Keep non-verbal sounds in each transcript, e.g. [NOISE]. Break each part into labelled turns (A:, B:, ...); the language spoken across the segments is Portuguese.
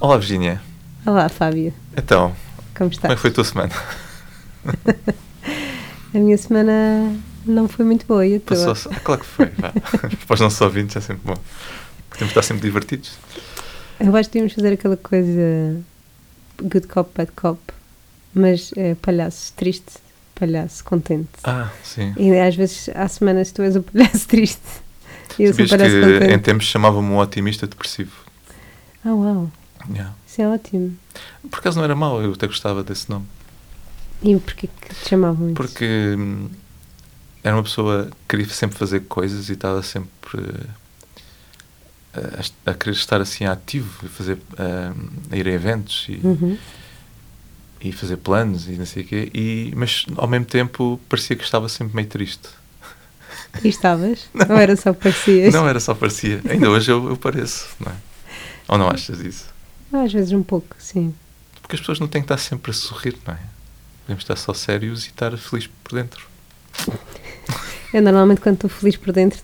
A: Olá, Virginia.
B: Olá, Fábio.
A: Então,
B: Como está?
A: como é que foi a tua
B: Tá
A: semana?
B: A minha semana não foi muito boa e a tua?
A: Passou-se. Ah, claro que foi. vá. Para os nossos ouvintes é sempre bom. Temos de estar sempre divertidos.
B: Eu acho que devíamos fazer aquela coisa good cop, bad cop, mas é, palhaço triste, palhaço contente.
A: Ah, sim.
B: E às vezes, há semanas, tu és o [LAUGHS] palhaço triste e eu sou o
A: Sabias
B: palhaço
A: que em
B: contente.
A: tempos chamavam-me um otimista depressivo.
B: Ah, uau,
A: Yeah.
B: isso é ótimo.
A: Por acaso não era mau, eu até gostava desse nome.
B: E porquê que te chamavam isso?
A: Porque hum, era uma pessoa que queria sempre fazer coisas e estava sempre eh, a est- a, querer estar assim ativo, a, fazer, eh, a ir a eventos e,
B: Uhum.
A: e fazer planos e não sei o quê, e, mas ao mesmo tempo parecia que estava sempre meio triste.
B: E estavas? Ou era só parecias?
A: Não é. era só parecia, ainda hoje eu, eu pareço, não é? Ou não achas isso?
B: Ah, Às vezes um pouco, sim.
A: Porque as pessoas não têm que estar sempre a sorrir, não é? Podemos estar só sérios e estar feliz por dentro.
B: Eu normalmente quando estou feliz por dentro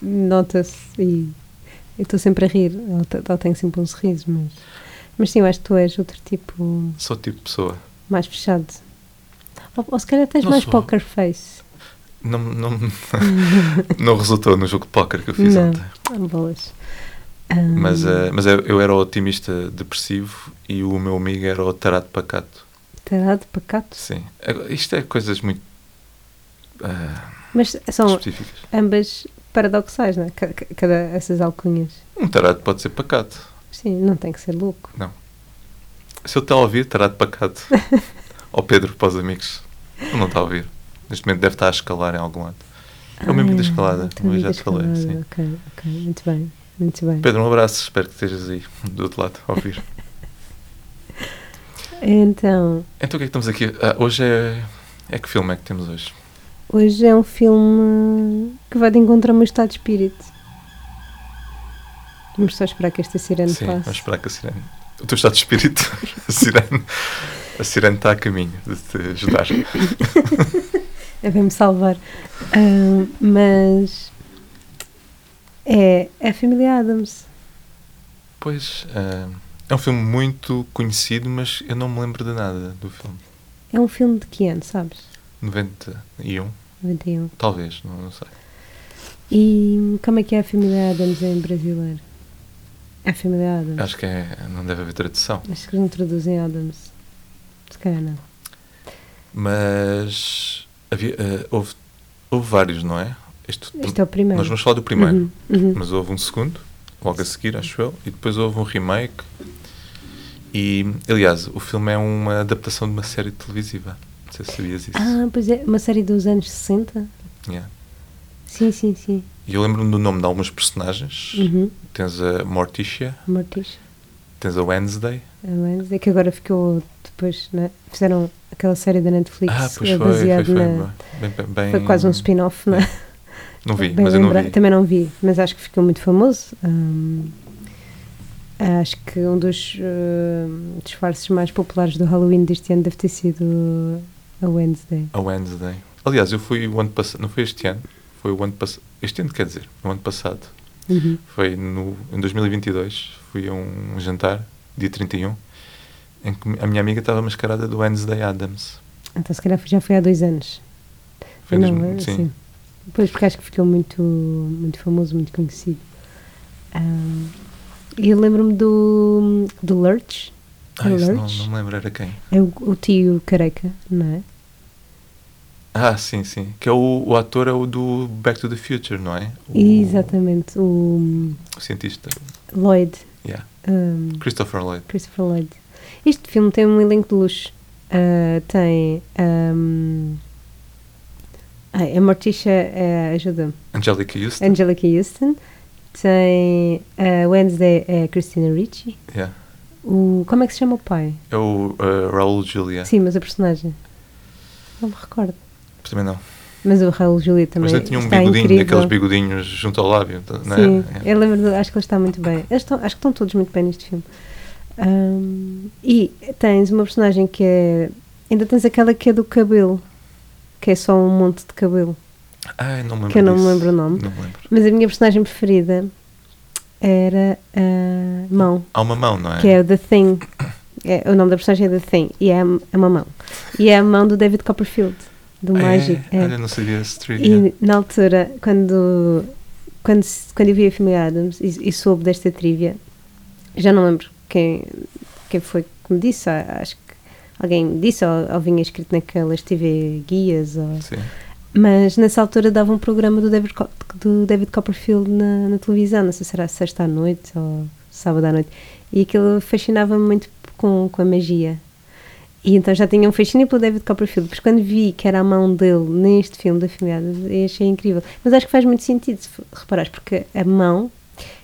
B: nota-se e eu estou sempre a rir, ou, te- ou tenho sempre um sorriso, mas, mas sim, eu acho que tu és outro tipo
A: Sou o tipo de pessoa.
B: mais fechado. Ou, ou se calhar tens
A: Não
B: mais
A: sou.
B: poker face.
A: Não, não, não resultou no jogo de póquer que eu fiz
B: Não.
A: ontem.
B: Ah, bolas. Ahm,
A: Mas, eh, mas eu, eu era o otimista depressivo e o meu amigo era o tarado pacato.
B: Tarado, pacato.
A: Sim. Agora, Isto é coisas muito ah,
B: Mas são
A: específicas.
B: ambas paradoxais, não é? Ca- ca- Cada essas alcunhas.
A: Um tarado pode ser pacato.
B: Sim, não tem que ser louco.
A: Se ele está a ouvir, tarado
B: [LAUGHS]
A: pacato. Ou Pedro para os amigos. Ele não está a ouvir. Neste momento deve estar a escalar em algum lado. É o mesmo
B: Ah,
A: que da escalada,
B: tu
A: como eu já
B: amigo da
A: te falei,
B: escalada,
A: sim.
B: Ok, ok, muito bem, muito bem.
A: Pedro, um abraço. Espero que estejas aí do outro lado a ouvir.
B: Então,
A: [LAUGHS] Então o que é que estamos aqui? Ah, hoje é. É que filme é que temos hoje?
B: Hoje é um filme que vai de encontro ao meu estado de espírito. Vamos só esperar que esta sirene
A: Sim,
B: passe.
A: vamos esperar que a sirene. O teu estado de espírito, [LAUGHS] a sirene, a sirene está a caminho de te ajudar.
B: É bem me salvar. Ah, mas é, é a família Adams.
A: Pois ah, é um filme muito conhecido, mas eu não me lembro de nada do filme.
B: É um filme de que ano, sabes?
A: 91,
B: 91.
A: talvez, não, não sei.
B: E como é que é a família Adams em brasileiro? É a família Adams.
A: Acho que é, não deve haver tradução.
B: Acho que eles não traduzem Adams. Se calhar não.
A: Mas havia, ah, houve, houve vários, não é? Este-
B: Este é o primeiro.
A: Nós vamos falar do primeiro,
B: Uhum, uhum.
A: mas houve um segundo, logo a seguir, acho eu, e depois houve um remake. E, aliás, o filme é uma adaptação de uma série televisiva. Não sei se sabias isso.
B: Ah, pois é. Uma série dos anos 60?
A: Yeah.
B: Sim, sim, sim.
A: E eu lembro-me do nome de algumas personagens.
B: Uhum.
A: Tens a Morticia,
B: A Morticia.
A: tens a Wednesday.
B: A Wednesday, É que agora ficou depois, né? fizeram aquela série da Netflix
A: ah, pois
B: eh,
A: foi, foi,
B: baseada
A: foi.
B: na.
A: Bem, bem- bem-
B: Foi quase um spin-off, não é?
A: Não vi,
B: Bem
A: mas eu não
B: lembrado.
A: vi.
B: Também não vi, mas acho que ficou muito famoso. Hum, acho que um dos hum, disfarces mais populares do Halloween deste ano deve ter sido a Wednesday.
A: A Wednesday. Aliás, eu fui o ano passado, não foi este ano, foi o ano passado. Este ano quer dizer, no ano passado.
B: Uhum.
A: Foi no, em 2022, fui a um jantar, dia 31, em que a minha amiga estava mascarada do Wednesday Adams.
B: Então, se calhar já foi há dois anos.
A: Foi em
B: não,
A: dois-
B: é,
A: sim.
B: sim. Pois, porque acho que ficou muito, muito famoso, muito conhecido. Hum, E eu lembro-me do, do Lurch.
A: Ah, isso não,
B: Lurch?
A: não me lembro, era quem?
B: É o, o tio careca, não é?
A: Ah, sim, sim. Que é o, o ator é o do Back to the Future, não é? O,
B: Exatamente, o
A: O cientista.
B: Lloyd,
A: Yeah.
B: um,
A: Christopher Lloyd.
B: Christopher Lloyd. Este filme tem um elenco de luxo. Ah, tem. Um, ai, a Morticia, é, ajuda-me,
A: Angelica Houston.
B: Angelica Houston. Tem. A Wednesday é a Christina Ricci.
A: Yeah.
B: O, como é que se chama o pai?
A: É o uh, Raul Julia.
B: Sim, mas a personagem. Não me recordo.
A: Também não.
B: Mas o Raul Julia também.
A: Mas ele tinha um
B: está
A: bigodinho,
B: incrível.
A: daqueles bigodinhos junto ao lábio, tá- não é?
B: Sim,
A: Yeah.
B: eu lembro, do- acho que ele está muito bem. Eles estão, acho que estão todos muito bem neste filme. Ahm, e tens uma personagem que é. Ainda tens aquela que é do cabelo, que é só um monte de cabelo.
A: Ai, não me lembro
B: Que eu não me
A: disso.
B: lembro o nome.
A: Não me lembro.
B: Mas a minha personagem preferida era a mão,
A: Há uma mão, não é?
B: que é o The Thing. É, o nome da personagem é The Thing e é, é uma mão. E é a mão do David Copperfield, do
A: Ah,
B: Magic. é.
A: Olha, não sabia esse trivia.
B: E na altura, quando, quando, se- quando eu vi a família Adams e, e soube desta trivia, já não lembro quem, quem foi que me disse, ah, acho que alguém me disse, ou, ou vinha escrito naquelas TV guias, ou-
A: Sim.
B: mas nessa altura dava um programa do David, Co- do David Copperfield na, na televisão, não sei se era sexta à noite ou sábado à noite, e aquilo fascinava-me muito com, com a magia. E então já tinha um fascínio pelo David Copperfield, porque quando vi que era a mão dele neste filme da família, eu achei incrível. Mas acho que faz muito sentido, se f- reparares, porque a mão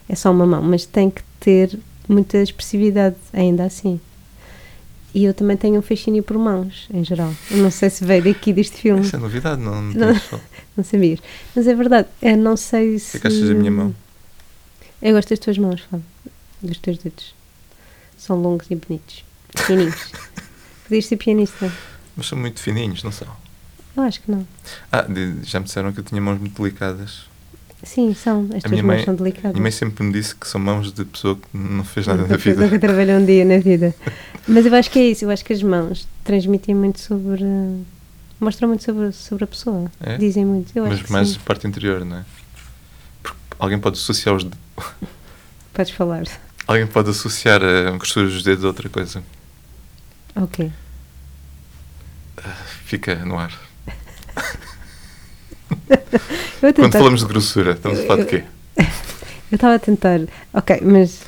B: é só uma mão, mas tem que ter muita expressividade ainda assim. E eu também tenho um fascínio por mãos, em geral. Eu não sei se veio daqui deste filme.
A: Essa é novidade, não, não,
B: Não.
A: tinha pessoal. O
B: Não sabias. Mas é verdade. Eu não sei se.
A: que é que achas da minha mão?
B: Eu gosto das tuas mãos, Fábio. Dos teus dedos. São longos e bonitos.
A: [LAUGHS]
B: Pequeninos. Podias ser pianista.
A: Mas são muito fininhos, não são?
B: Eu acho que não.
A: Ah, de- já me disseram que eu tinha mãos muito delicadas.
B: Sim, são. As
A: A
B: tuas
A: minha
B: mãos
A: mãe-
B: são delicadas.
A: Minha mãe sempre me disse que são mãos de pessoa que não fez nada
B: Tá Nunca
A: na
B: fez-
A: vida.
B: Nunca trabalhou um dia
A: [LAUGHS]
B: na vida. Mas eu acho que é isso. Eu acho que as mãos transmitem muito sobre. uh, Mostram muito sobre, sobre a pessoa.
A: É?
B: Dizem muito. Eu acho
A: Mas
B: que
A: mais
B: sim.
A: a parte interior, não é? Porque alguém pode associar os de-
B: Podes falar.
A: alguém pode associar a costura dos dedos a outra coisa.
B: Ok.
A: Fica no ar.
B: Eu
A: Quando
B: tentar-
A: falamos de grossura, estamos a falar de quê?
B: eu estava a tentar. Ok, mas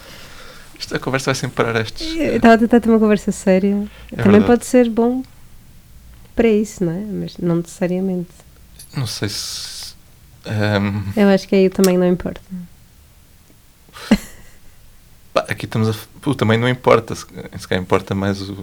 A: Isto, a conversa vai sempre parar a estes.
B: Eu estava a tentar ter uma conversa séria.
A: É
B: Também
A: verdade.
B: pode ser bom para isso, não é? Mas não necessariamente.
A: Não sei se. hum, Ahm,
B: Eu acho que aí o tamanho não importa.
A: pá, aqui estamos a. f- Pô, também não importa. Se se calhar importa mais o.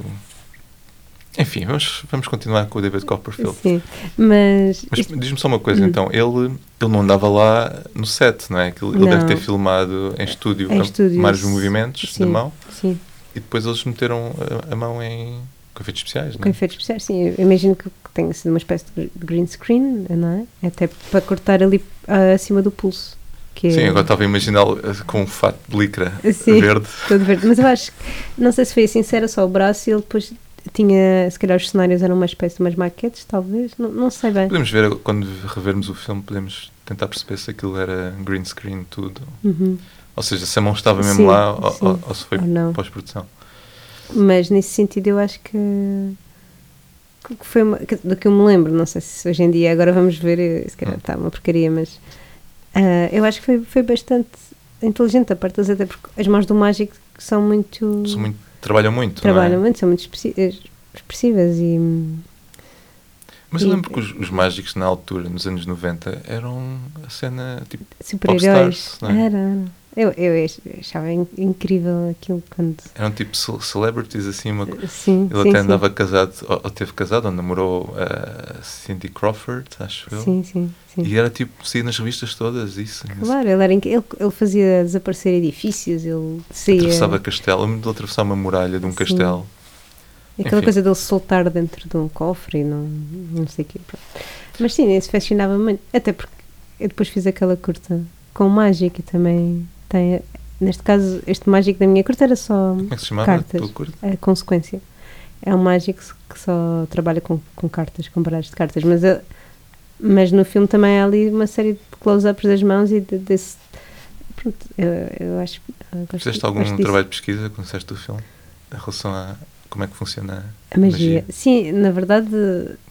A: Enfim, vamos, vamos continuar com o David Copperfield.
B: Sim. Mas.
A: Mas
B: isto-
A: diz-me só uma coisa,
B: Hum.
A: então, ele, ele não andava lá no set, não é? Que ele, ele deve
B: Não.
A: ter filmado em estúdio,
B: Em
A: a-
B: estúdio,
A: mais os
B: sim.
A: movimentos
B: Sim.
A: da mão
B: Sim,
A: e depois eles meteram a, a mão em com efeitos especiais, não
B: com
A: é?
B: efeitos especiais. Sim, eu imagino que tenha sido uma espécie de gr- de green screen, não é? Até para cortar ali ah, acima do pulso. Que
A: Sim,
B: é
A: agora tá. estava a imaginá-lo eh, com um fato de licra
B: Sim.
A: verde.
B: todo verde. Mas eu acho. que- Não sei se foi assim, se era só o braço e ele depois tinha. Se calhar os cenários eram uma espécie de umas maquetes, talvez. Não, não sei bem.
A: Podemos ver, quando revermos o filme, podemos tentar perceber se aquilo era green screen tudo.
B: Uhum.
A: Ou seja, se a mão estava mesmo
B: Sim,
A: lá ou,
B: sim.
A: ou- ou se foi
B: Ou não.
A: pós-produção.
B: Mas nesse sentido eu acho que, que que foi uma, que- do que eu me lembro, não sei se hoje em dia agora vamos ver, eh, se calhar
A: Hum.
B: está uma porcaria, mas ah, eu acho que foi, foi bastante inteligente a parte deles, até porque as mãos do mágico são muito,
A: São muito- trabalham muito,
B: trabalham
A: não é?
B: muito, são muito expressi- eh, expressivas e hum,
A: Mas eu
B: E-
A: lembro que os, os mágicos na altura, nos anos 90, eram a cena tipo
B: super-heróis.
A: Popstars, não é?
B: Era, era. Eu, eu ach- achava in- incrível aquilo quando.
A: Eram tipo ce- celebrities, assim, uma co-
B: Sim,
A: Ele
B: sim,
A: até
B: sim.
A: andava casado, ou, ou teve casado, ou namorou a Cindy Crawford, acho eu.
B: Sim, sim, sim.
A: E era tipo, saía nas revistas todas, isso.
B: Claro, ele, era inc- ele, ele fazia desaparecer edifícios, ele saía.
A: Atravessava castelo, eu me lembro de atravessar uma muralha de um
B: é. Sim.
A: castelo.
B: Aquela
A: enfim.
B: coisa dele soltar dentro de um cofre e não, não sei o quê. pronto. Mas sim, isso fascinava muito. Até porque eu depois fiz aquela curta com o mágico e também tem. Neste caso, este mágico da minha curta era só
A: Como é que se chamava?
B: Cartas.
A: Tua curta?
B: a consequência. É um mágico que só trabalha com, com cartas, com baralhos de cartas, mas, eu- mas no filme também há ali uma série de close-ups das mãos e de- desse. Pronto, eu, eu acho. eu gosto-
A: Fizeste
B: gosto
A: algum
B: disso.
A: trabalho de pesquisa quando disseste do filme? Em relação a como é que funciona
B: A magia. Sim, na verdade,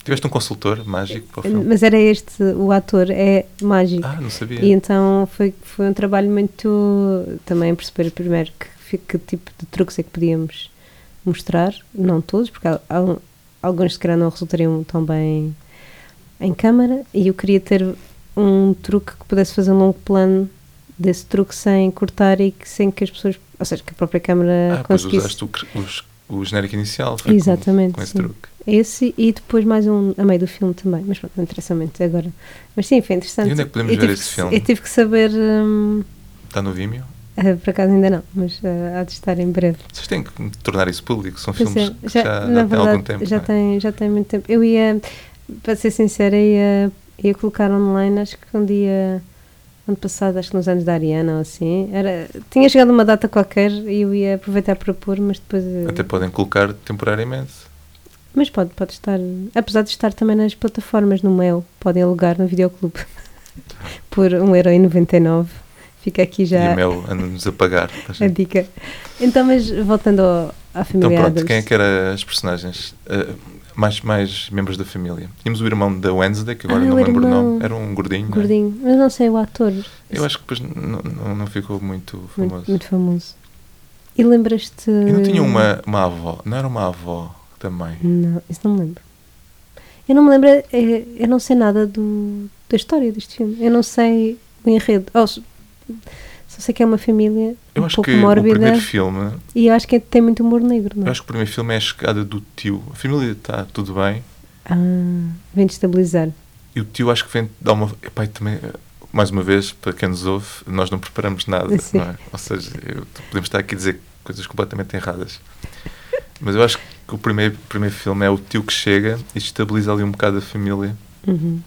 A: Tiveste um consultor mágico para o filme?
B: mas era este, o ator é mágico.
A: Ah, não sabia.
B: E então foi, foi um trabalho muito também perceber primeiro que, fi- que tipo de truques é que podíamos mostrar, não todos, porque há- há um- alguns se calhar não resultariam tão bem em câmara, e eu queria ter um truque que pudesse fazer um longo plano desse truque sem cortar e que, sem que as pessoas, ou seja, que a própria câmara
A: ah, pois
B: conseguisse
A: usaste o, cr- os- o genérico inicial. Foi com-
B: Exatamente,
A: Com, esse
B: sim.
A: truque.
B: esse e depois mais um a meio do filme também, mas pronto, não interessa muito agora. Mas sim, foi interessante.
A: E onde é que podemos
B: eu
A: ver
B: tive
A: esse
B: que-
A: filme?
B: Eu tive que saber... hum,
A: Está no Vimeo?
B: Ah, por acaso ainda não, mas ah, há de estar em breve.
A: Vocês têm que tornar isso público. São
B: Pois
A: filmes
B: é,
A: Um que já, já
B: na
A: têm
B: verdade,
A: algum tempo.
B: já,
A: não é?
B: tem, já tem muito tempo. Eu ia, para ser sincera, ia, ia colocar online, acho que um dia ano passado, acho que nos anos da Ariana ou assim, era, tinha chegado uma data qualquer e eu ia aproveitar para pôr, mas depois. eh,
A: Até podem colocar temporariamente.
B: Mas pode, pode estar. Apesar de estar também nas plataformas, no Mel, podem alugar no videoclube [LAUGHS] por 1,99€. Fica aqui
A: E
B: já
A: o Mel anda-nos a pagar. Estás a
B: a
A: ver?
B: dica. Então, mas voltando ao, à
A: Então
B: família
A: pronto,
B: Addams.
A: quem é que eram as personagens? Ah, mais, mais membros da família. Tínhamos o irmão da Wednesday, que agora
B: Ah,
A: não
B: o
A: lembro o
B: irmão.
A: nome. Era um gordinho. não é?
B: Gordinho. Mas não sei, o ator.
A: Eu acho que depois não, não, não ficou muito famoso.
B: Muito, muito famoso. E lembras-te.
A: E não tinha
B: hum.
A: uma, uma avó. Não era uma avó também.
B: Não, isso não me lembro. Eu não me lembro, eh, eu não sei nada do, da história deste filme. Eu não sei o enredo. Oh, s- só sei que é uma família
A: Eu
B: um
A: acho
B: pouco
A: que o
B: mórbida
A: primeiro filme.
B: e eu acho que é, tem muito humor negro, não
A: Eu
B: é?
A: acho que o primeiro filme é a chegada do tio. A família está tudo bem.
B: Ah, vem destabilizar.
A: E o tio acho que vem dar uma. Epá, e também, mais uma vez, para quem nos ouve, nós não preparamos nada,
B: Sim.
A: não é? Ou seja, eu- podemos estar aqui a dizer coisas completamente erradas. Mas eu acho que o primeiro, primeiro filme é o tio que chega e estabiliza ali um bocado a família.
B: Uhum.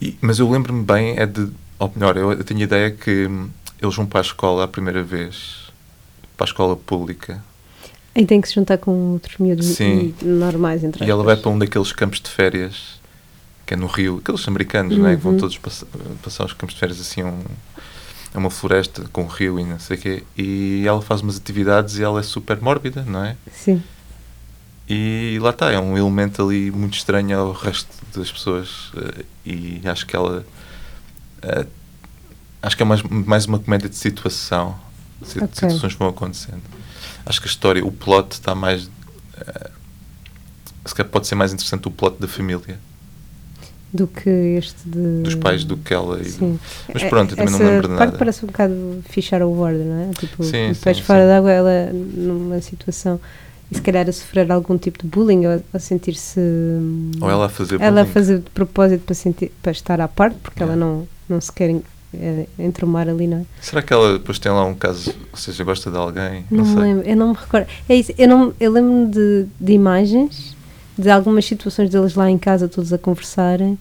A: E- mas eu lembro-me bem, é de. Ou melhor, eu, eu tenho a ideia que hum, eles vão para a escola a primeira vez, para a escola pública,
B: Aí tem que se juntar com outros miúdos
A: Sim.
B: e- normais, entre
A: E ela vai
B: aspas.
A: para um daqueles campos de férias, que é no Rio, aqueles americanos, não é? Que vão
B: Uhum.
A: todos passa- passar os campos de férias assim a, um- a uma floresta com um rio e não sei o quê. E ela faz umas atividades e ela é super mórbida, não é?
B: Sim.
A: E lá está, é um elemento ali muito estranho ao resto das pessoas. eh, E acho que ela. eh, Acho que é mais, mais uma comédia de situação. Si-
B: Ok.
A: Situações que vão acontecendo. Acho que a história, o plot está mais. eh, Se calhar pode ser mais interessante o plot da família,
B: Do que este de...
A: dos pais, do que ela. E do-
B: Hum. Sim. É,
A: Mas pronto, eu também não
B: Essa
A: me lembro de
B: parte
A: nada.
B: parece um bocado fichar ao bordo, não é? Tipo,
A: Sim,
B: os pés
A: sim,
B: fora
A: sim.
B: d'água, ela numa situação, e se calhar a sofrer algum tipo de bullying, ou a, a sentir-se. hum,
A: Ou ela a fazer.
B: ela a
A: bullying.
B: fazer de propósito para, sentir, para estar à parte, porque
A: Yeah.
B: ela não, não se quer en- eh, entromar ali, não é?
A: Será que ela depois tem lá um caso, ou seja, gosta de alguém? Não,
B: Não, me
A: sei.
B: lembro, eu não me recordo. É isso, eu, não, eu lembro-me de, de imagens, de algumas situações deles lá em casa, todos a conversarem,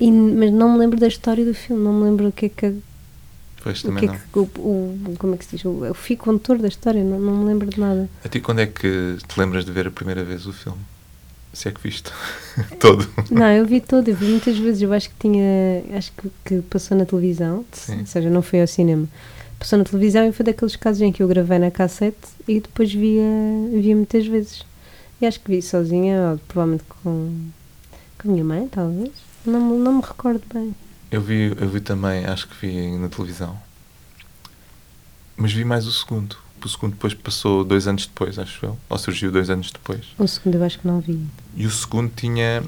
B: e, mas não me lembro da história do filme, não me lembro o que é que.
A: Pois
B: O
A: também
B: que é
A: não.
B: que, o, o- como é que se diz? O, o fio condutor da história, não, não me lembro de nada.
A: A ti quando é que te lembras de ver a primeira vez o filme? Se é que viste [LAUGHS] todo.
B: Não, eu vi todo, eu vi muitas vezes, eu acho que tinha, acho que, que passou na televisão,
A: Sim.
B: ou seja, não foi ao cinema. Passou na televisão e foi daqueles casos em que eu gravei na cassete e depois via, via muitas vezes. E acho que vi sozinha, ou provavelmente com, com a minha mãe, talvez. Não, me- não me recordo bem.
A: Eu vi, eu vi também, acho que vi na televisão. Mas vi mais o segundo. O segundo depois passou dois anos depois, acho eu. Ou surgiu dois anos depois.
B: O Um segundo eu acho que não vi.
A: E o segundo tinha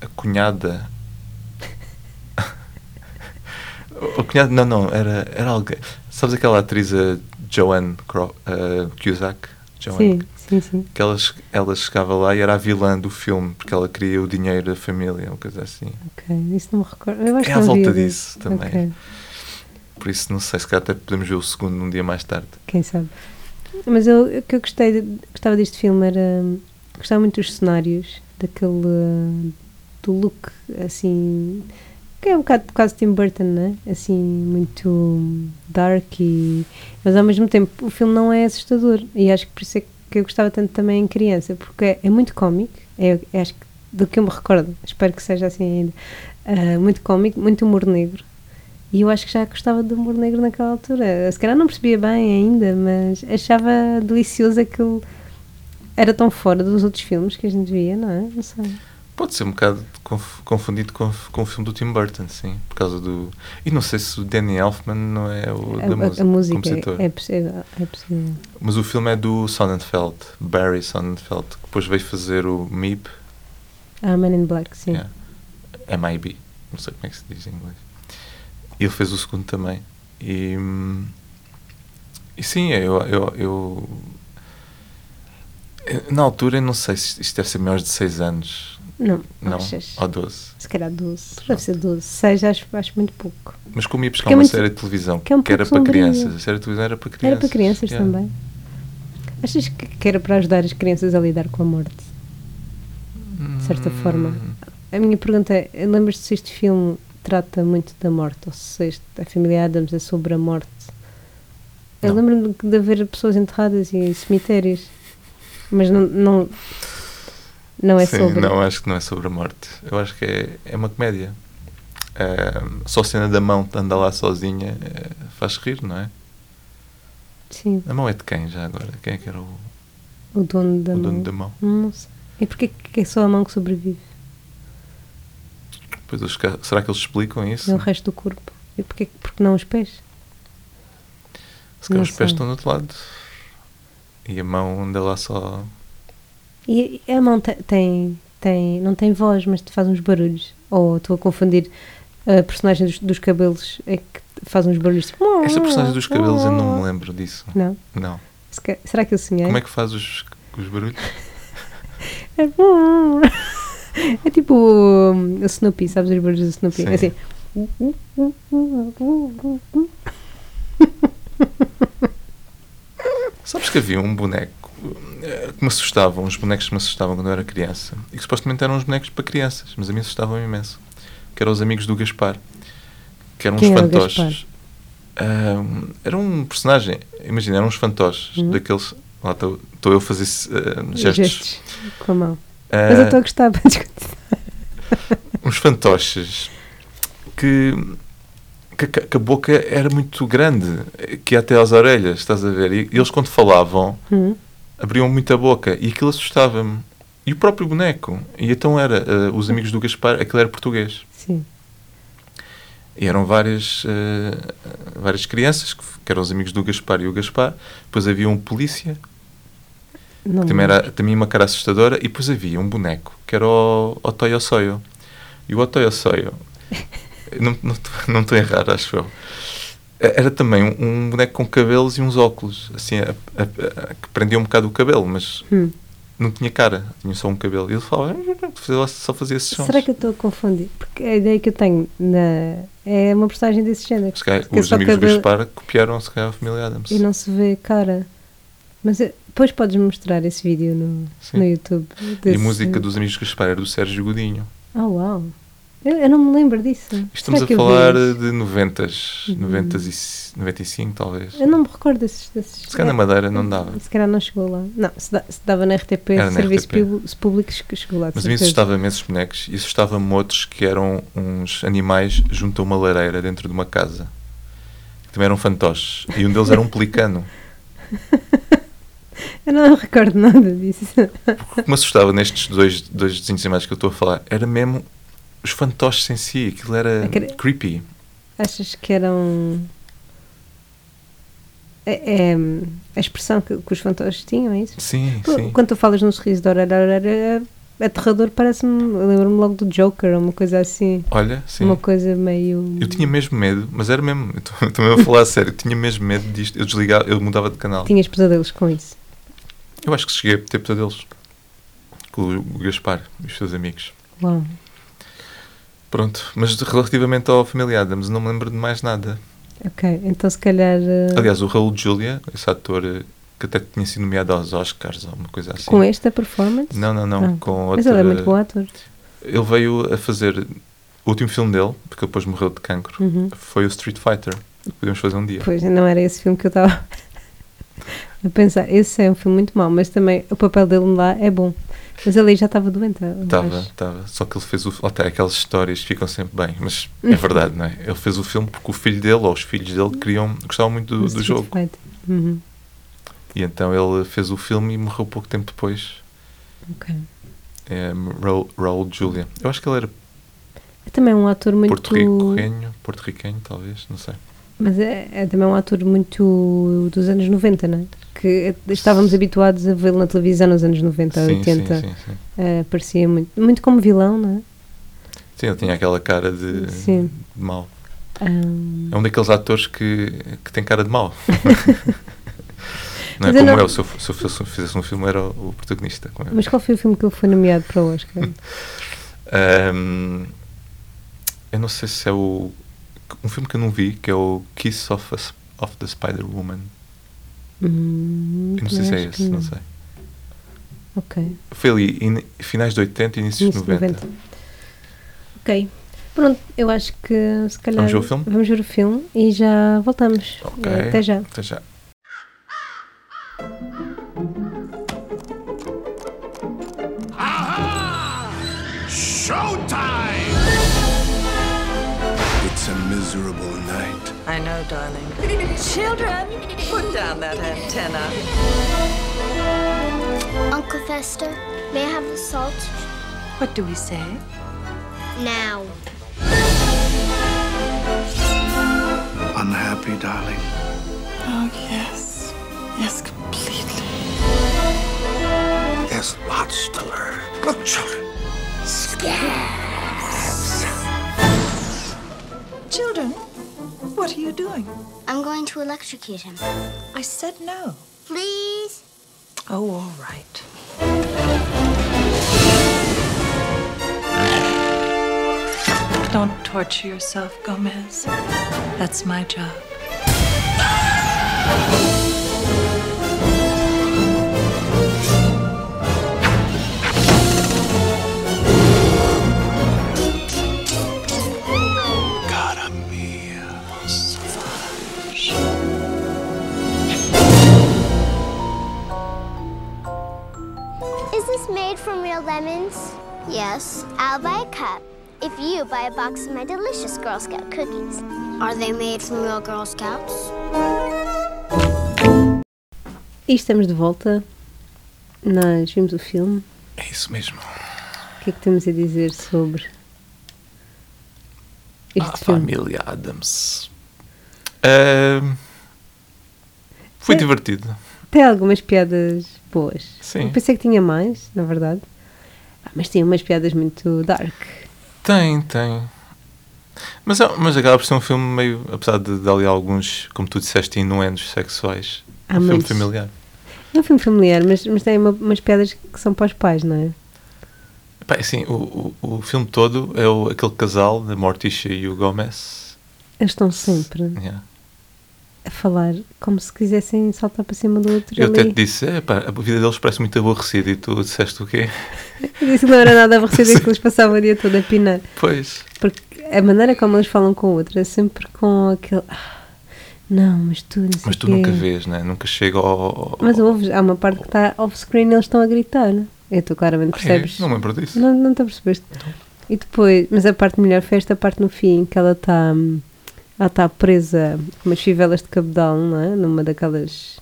A: a cunhada. [LAUGHS] o cunhado, não, não, era, era alguém. Sabes aquela atriz, a Joanne Cro- eh, Cusack? Joanne
B: Sim, sim, sim.
A: que ela, che- ela chegava lá e era a vilã do filme, porque ela queria o dinheiro da família, uma coisa assim.
B: Ok, isso não me recordo. Eu acho
A: É
B: que
A: à
B: não vi
A: volta
B: a vez.
A: disso também.
B: Ok.
A: Por isso, não sei, se calhar até podemos ver o segundo um dia mais tarde.
B: Quem sabe? Mas eu, o que eu gostei, de- gostava deste filme era. hum, Gostava muito dos cenários, daquele. hum, do look, assim. que é um bocado quase Tim Burton, né? Assim, muito hum, dark e. Mas ao mesmo tempo, o filme não é assustador. E acho que por isso é que eu gostava tanto também em criança, porque é, é muito cómico. É, é acho que do que eu me recordo, espero que seja assim ainda. ah, muito cómico, muito humor negro. E eu acho que já gostava do humor negro naquela altura. Se calhar não percebia bem ainda, mas achava delicioso aquilo. Era tão fora dos outros filmes que a gente via, não é? Não sei.
A: Pode ser um bocado conf- confundido com, f- com o filme do Tim Burton, sim, por causa do. E não sei se o Danny Elfman não é o
B: A,
A: da
B: a-
A: música,
B: a música
A: compositor.
B: é, é possível. É possível.
A: Mas o filme é do Sonnenfeld, Barry Sonnenfeld, que depois veio fazer o MIB,
B: Ah, Man in Black, sim.
A: Yeah. MIB, É. não sei como é que se diz em inglês. E ele fez o segundo também. E, hum, e sim, é, eu, eu, eu- eh, Na altura, eu não sei se isto deve ser maiores de 6 anos,
B: Não,
A: não?
B: achas?
A: Ou 12.
B: Se calhar 12.
A: Pronto.
B: Deve ser 12. 6 acho, acho muito pouco.
A: Mas como ia buscar
B: Porque é
A: uma
B: muito-
A: série de televisão
B: que
A: que,
B: é um
A: era
B: pouco
A: para
B: sombrio.
A: crianças, a série de televisão era para crianças.
B: Era para crianças
A: yeah.
B: também. Achas que, que era para ajudar as crianças a lidar com a morte? de certa forma.
A: Hum,
B: A minha pergunta é: lembras-te se este filme trata muito da morte, ou se este, a família Adams é sobre a morte. Eu
A: Não.
B: lembro-me de haver pessoas enterradas e cemitérios, mas não, não, não é
A: Sim,
B: sobre.
A: não, acho que não é sobre a morte. Eu acho que é, é uma comédia. Ah, só a cena da mão que anda lá sozinha eh, faz rir, não é?
B: Sim,
A: A mão é de quem já agora? Quem é que era o,
B: o dono da
A: o
B: mão.
A: dono da mão?
B: Não sei. E porquê que é só a mão que sobrevive?
A: Pois os ca- será que eles explicam isso?
B: É o resto do corpo. E porquê que- porque não os pés?
A: Se calhar
B: não
A: os
B: sei.
A: pés estão do outro lado e a mão anda lá só.
B: E a mão te- tem, tem, não tem voz, mas te faz uns barulhos. Ou estou a confundir a personagem dos, dos cabelos é que faz uns barulhos tipo.
A: Essa personagem dos cabelos eu não me lembro disso.
B: Não?
A: Não.
B: Se ca- Será que eu sonhei?
A: Como é que faz os, os barulhos?
B: É, bom. [LAUGHS] É tipo hum, o Snoopy, sabes os barulhos do Snoopy?
A: Sim.
B: É assim.
A: Sabes que havia um boneco eh, que me assustavam, uns bonecos que me assustavam quando eu era criança e que supostamente eram uns bonecos para crianças, mas a mim assustavam imenso. Que eram os amigos do Gaspar, que eram
B: Quem
A: uns
B: era o
A: fantoches. Ahm, era um personagem, imagina, eram uns fantoches
B: Hum.
A: daqueles. Lá estou eu a fazer eh, gestos.
B: Gestos com a mão. Mas eu
A: Ah,
B: estou a gostar. [LAUGHS] mas
A: uns fantoches que, que, a- que a boca era muito grande, que ia até às orelhas, estás a ver? E eles quando falavam
B: Hum.
A: abriam muito a boca e aquilo assustava-me. E o próprio boneco. E então era eh, os amigos do Gaspar, aquilo era português.
B: Sim.
A: E eram várias, eh, várias crianças que, que eram os amigos do Gaspar e o Gaspar. Depois havia um polícia,
B: Não
A: que também era também uma cara assustadora. E depois havia um boneco, que era o Otoyossoyo. E o Otoyossoyo, [LAUGHS] não estou não, tô- não tô a errar, acho eu. Eh, Era também um, um boneco com cabelos e uns óculos, assim, a- a- a- que prendia um bocado o cabelo, mas
B: Hum.
A: não tinha cara, tinha só um cabelo. E ele falava, fazia- só fazia esses sons.
B: Será que eu estou a confundir? Porque a ideia que eu tenho na... é uma personagem desse género.
A: Se calhar
B: que é
A: os
B: só
A: amigos do
B: cabelo?
A: Gaspar copiaram, se calhar, a família Adams.
B: E não se vê cara. Mas eu- depois podes mostrar esse vídeo no,
A: Sim.
B: no YouTube.
A: E
B: desse-
A: a música dos amigos do Gaspar era do Sérgio Godinho.
B: Ah, uau. Eu, eu não me lembro disso.
A: Estamos
B: Será
A: a
B: que eu vi
A: falar
B: isso?
A: de 90s,
B: Uhum.
A: 90s e c- 95, talvez.
B: Eu não me recordo desses. desses
A: Se calhar na Madeira não dava.
B: Se calhar não chegou lá. Não, se, da- se dava na RTP,
A: Era na
B: serviço
A: RTP.
B: público- público, che- chegou lá. de
A: Mas a mim
B: certeza.
A: assustava-me esses bonecos e assustava-me outros que eram uns animais junto a uma lareira dentro de uma casa. Que também eram fantoches. E um deles era um pelicano.
B: Eu não [LAUGHS] recordo nada disso. [LAUGHS]
A: O que me assustava nestes dois, dois desenhos animados que eu estou a falar era mesmo os fantoches em si. Aquilo era
B: Aquele-
A: creepy.
B: Achas que eram. É, é a expressão que, que os fantoches tinham, é isso?
A: Sim,
B: Qu-
A: sim.
B: Quando tu falas num sorriso de orelha a orelha, é aterrador, parece-me. eu Lembro-me logo do Joker, ou uma coisa assim.
A: Olha, sim.
B: Uma coisa meio.
A: Eu tinha mesmo medo, mas era mesmo, eu tô- [LAUGHS] eu estou mesmo a falar a sério, eu tinha mesmo medo disto, eu desligava, eu mudava de canal.
B: Tinhas pesadelos com isso.
A: Eu acho que cheguei a ter pesadelos com o Gaspar e os seus amigos.
B: Uau.
A: Pronto, mas de- relativamente ao Família Adams, não me lembro de mais nada.
B: Ok, então se calhar. eh,
A: Aliás, o Raul Julia, esse ator eh, que até tinha sido nomeado aos Oscars ou uma coisa assim.
B: com esta performance.
A: Não, não, não,
B: Não.
A: com
B: Mas
A: outra...
B: ele é muito bom ator.
A: Ele veio a fazer o último filme dele, porque ele depois morreu de cancro,
B: Uhum.
A: foi o Street Fighter. Podemos fazer um dia.
B: Pois, não era esse filme que eu estava [LAUGHS] a pensar. Esse é um filme muito mau, mas também o papel dele lá é bom. Mas ele aí já estava doente. eu
A: Estava,
B: acho.
A: estava. Só que ele fez o. Até aquelas histórias ficam sempre bem, mas é verdade, não é? Ele fez o filme porque o filho dele ou os filhos dele queriam, gostavam muito
B: No
A: do, do
B: Street
A: jogo.
B: Fighter. Uhum,
A: E então ele fez o filme e morreu pouco tempo depois.
B: ok.
A: É, Raul, Raul Julia. Eu acho que ele era
B: É também um ator muito.
A: porto-riquenho, porto-riquenho, talvez, não sei.
B: Mas é, é também um ator muito dos anos 90, não é? Que estávamos habituados a vê-lo na televisão nos anos 90, 80.
A: sim, sim.
B: Eh, parecia muito, muito como vilão, não é?
A: Sim, ele tinha aquela cara de,
B: Sim.
A: de mau.
B: Ah,
A: É um daqueles atores que, que tem cara de
B: [LAUGHS]
A: mau. não é
B: Mas eu
A: como
B: não-
A: eu, se eu, se eu fosse- se eu fizesse um filme, era o, o protagonista. como é. eu.
B: mas qual foi o filme que ele foi nomeado para
A: [LAUGHS]
B: o Oscar?
A: Ahm, eu não sei se é o. Um filme que eu não vi, que é o Kiss of, a S- of the Spider-Woman.
B: Hum,
A: Eu não sei se é
B: acho que
A: esse, não sei.
B: Ok.
A: Foi ali, in- finais de 80 e inícios de
B: Início de
A: 90.
B: 90. Ok. Pronto, eu acho que se calhar.
A: ver o filme?
B: Vamos ver o filme e já voltamos.
A: Ok.
B: Até já.
A: Até Então já.
C: Showtime! It's a miserable night.
D: I know, darling. [LAUGHS] Children, put down that antenna.
E: Uncle Fester, may I have the salt?
D: What do we say?
E: Now.
C: Unhappy, darling.
F: Oh, yes. Yes, completely.
C: There's lots to learn. Look, children.
D: Children, what are you doing?
E: I'm going to electrocute him.
D: I said no.
E: Please?
D: Oh, all right. Don't torture yourself, Gomez. That's my job.
C: Gotta be.
E: Is this made from real lemons? Yes. I'll buy a cup if you buy a box of my delicious Girl Scout cookies. Are they made from real Girl Scouts?
B: E estamos de volta. Nós vimos o filme.
A: É isso mesmo.
B: O que é que temos a dizer sobre este
A: A
B: filme?
A: Ah, família Adams. Ahm, foi
B: Sim.
A: divertido.
B: Tem algumas piadas boas.
A: Sim.
B: Eu pensei que tinha mais, na verdade. Ah, mas tem umas piadas muito dark.
A: Tem, tem. Mas, é- mas acaba por ser um filme meio, apesar de dar ali alguns, como tu disseste, inuendos sexuais. É
B: Ah,
A: um filme
B: mas-
A: familiar.
B: É um filme familiar, mas, mas tem uma- umas piadas que são para os pais, não é?
A: Pá, assim, o, o, o filme todo é o, aquele casal da Morticia e o Gomez.
B: Eles estão sempre
A: Yeah.
B: a falar como se quisessem saltar para cima do outro.
A: Eu até te
B: ali.
A: disse, é, pá, a vida deles parece muito aborrecida e tu disseste o quê? [LAUGHS]
B: Eu [LAUGHS] disse que não era nada aborrecido é que eles passavam o dia todo a pinar.
A: Pois,
B: Porque a maneira como eles falam com o outro é sempre com aquele. "Ah, não, mas tu não sei
A: mas tu
B: quê."
A: nunca vês, né? Nunca chega ao... ao-
B: Mas ouves, há uma parte que está off-screen e eles estão a gritar. Eu tu claramente
A: Ah, é?
B: percebes.
A: Não me lembro disso.
B: Não, não te apercebeste. E depois, mas a parte melhor foi esta parte no fim, que ela está ela está presa com umas fivelas de cabedal, não é? Numa daquelas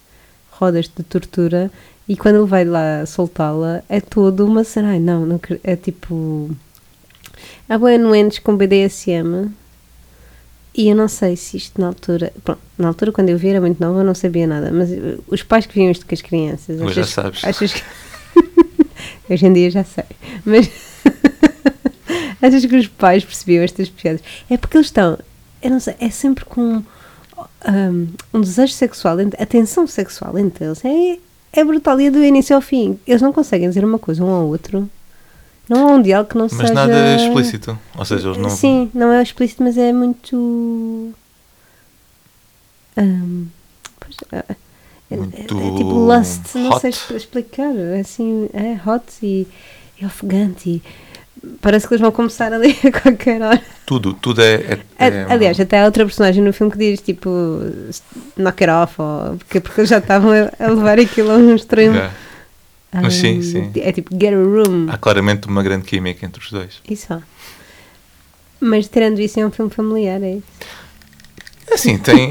B: rodas de tortura. E quando ele vai lá soltá-la, é todo uma cena. Ai, não, não quer- é tipo. Há boa anuentes com BDSM. E eu não sei se isto na altura. Pronto, na altura, quando eu vi, era muito nova, eu não sabia nada. Mas eh, os pais que viam isto com as crianças.
A: Hoje já
B: achas-
A: sabes.
B: Achas que. [LAUGHS] Hoje em dia já sei. Mas. [LAUGHS] achas que os pais percebiam estas piadas? É porque eles estão. Eu não sei, é sempre com. Um, um desejo sexual, ent- atenção sexual entre eles é, é brutal e é do início ao fim. Eles não conseguem dizer uma coisa um ao outro. Não há um diálogo que não
A: Mas
B: seja.
A: nada explícito. Ou seja, eles não...
B: Sim, não é explícito, mas é muito. Ahm, pois, é- é, é tipo
A: Muito
B: lust, não
A: hot.
B: sei expl- explicar. É assim, é hot e, e ofegante. E parece que eles vão começar ali [LAUGHS] a qualquer hora.
A: Tudo, tudo é... é-
B: A-
A: é-
B: Aliás, até há outra personagem no filme que diz tipo knock it off, ou, porque, porque eles já estavam a, a levar aquilo a um extremo.
A: é. Mas sim, sim. Ah.
B: É tipo get a room.
A: Há claramente uma grande química entre os dois.
B: Isso. ó. Mas tirando isso, é um filme familiar, é isso?
A: Assim, tem.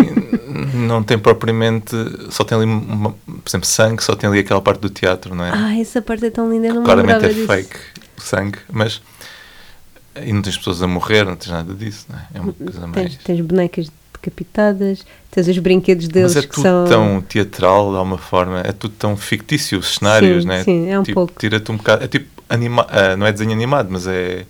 A: não tem propriamente. Só tem ali, uma- por exemplo, sangue, só tem ali aquela parte do teatro, não é?
B: Ah, essa parte é tão linda, eu não me
A: claramente é
B: lembrava disso.
A: fake o sangue, mas. E não tens pessoas a morrer, não tens nada disso, não é? É
B: Hum,
A: uma coisa mais.
B: Tens, tens bonecas decapitadas, tens os brinquedos deles
A: mas é
B: que
A: tudo
B: são.
A: tão teatral de alguma forma, é tudo tão fictício, os cenários,
B: Sim,
A: não é?
B: sim, é um
A: tipo,
B: pouco.
A: Tira-te um bocado. É tipo. Anima ah, não é desenho animado, mas é.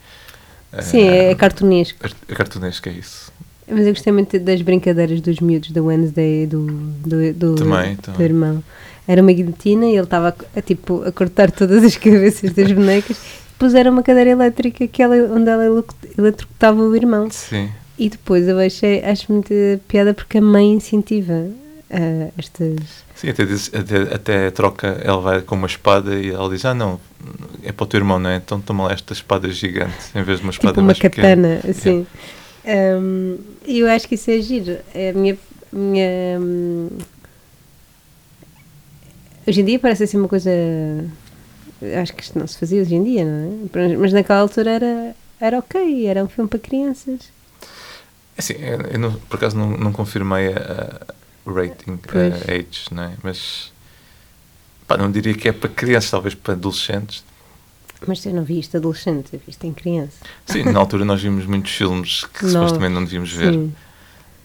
A: é
B: Sim, é, é cartunesco.
A: é cartunesco, é isso.
B: Mas eu gostei muito das brincadeiras dos miúdos da Wednesday e do, do, do,
A: Também,
B: do
A: também.
B: irmão. Era uma guilhotina e ele estava a, tipo, a cortar todas as [LAUGHS] cabeças das bonecas. Depois era uma cadeira elétrica que ela, onde ela elo- eletrocutava o irmão.
A: Sim.
B: E depois eu achei, acho muita piada porque a mãe incentiva ah, estas.
A: Sim, até, diz- até, até troca, ela vai com uma espada e ela diz, ah não, é para o teu irmão, não é? Então toma lá esta espada gigante, em vez de uma espada
B: tipo uma
A: mais pequena. É,
B: katana, assim. Hum, E eu acho que isso é giro. É a minha, minha, hum, hoje em dia parece assim uma coisa. Acho que isto não se fazia hoje em dia, não é? Mas- Mas naquela altura era, era ok, era um filme para crianças.
A: Assim, eu eu não- por acaso não, não confirmei a, a rating,
B: Pois.
A: a age, não é? Mas, pá, não diria que é para crianças, talvez para adolescentes.
B: Mas eu não vi isto adolescente, eu vi isto em criança.
A: Sim, na altura nós vimos muitos filmes que
B: Não.
A: supostamente não devíamos ver.
B: Sim.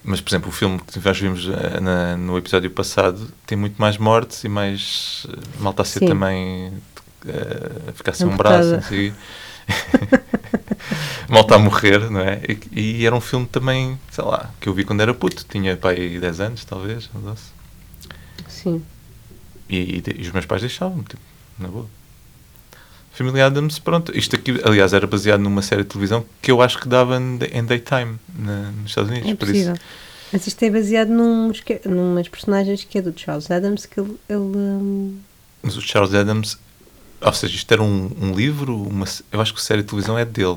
A: Mas, por exemplo, o filme que nós vimos eh, na- no episódio passado tem muito mais mortes e mais eh, malta a ser
B: Sim.
A: também eh, a ficar sem um
B: Amputada.
A: braço, não sei. o quê. [LAUGHS] malta a morrer, não é? E, e era um filme também, sei lá, que eu vi quando era puto, tinha pai 10 anos, talvez, ou 12.
B: Sim.
A: E, e de- e os meus pais deixavam-me, tipo, na boa. Family Adams, pronto. Isto aqui, aliás, era baseado numa série de televisão que eu acho que dava em, day- em daytime na- nos Estados Unidos.
B: É
A: por isso-
B: possível. Mas isto é baseado num, esque- numas personagens que é do Charles Adams, que ele. ele, hum,
A: Mas o Charles Adams, ou seja, isto era um, um livro, uma, se- eu acho que a série de televisão é dele,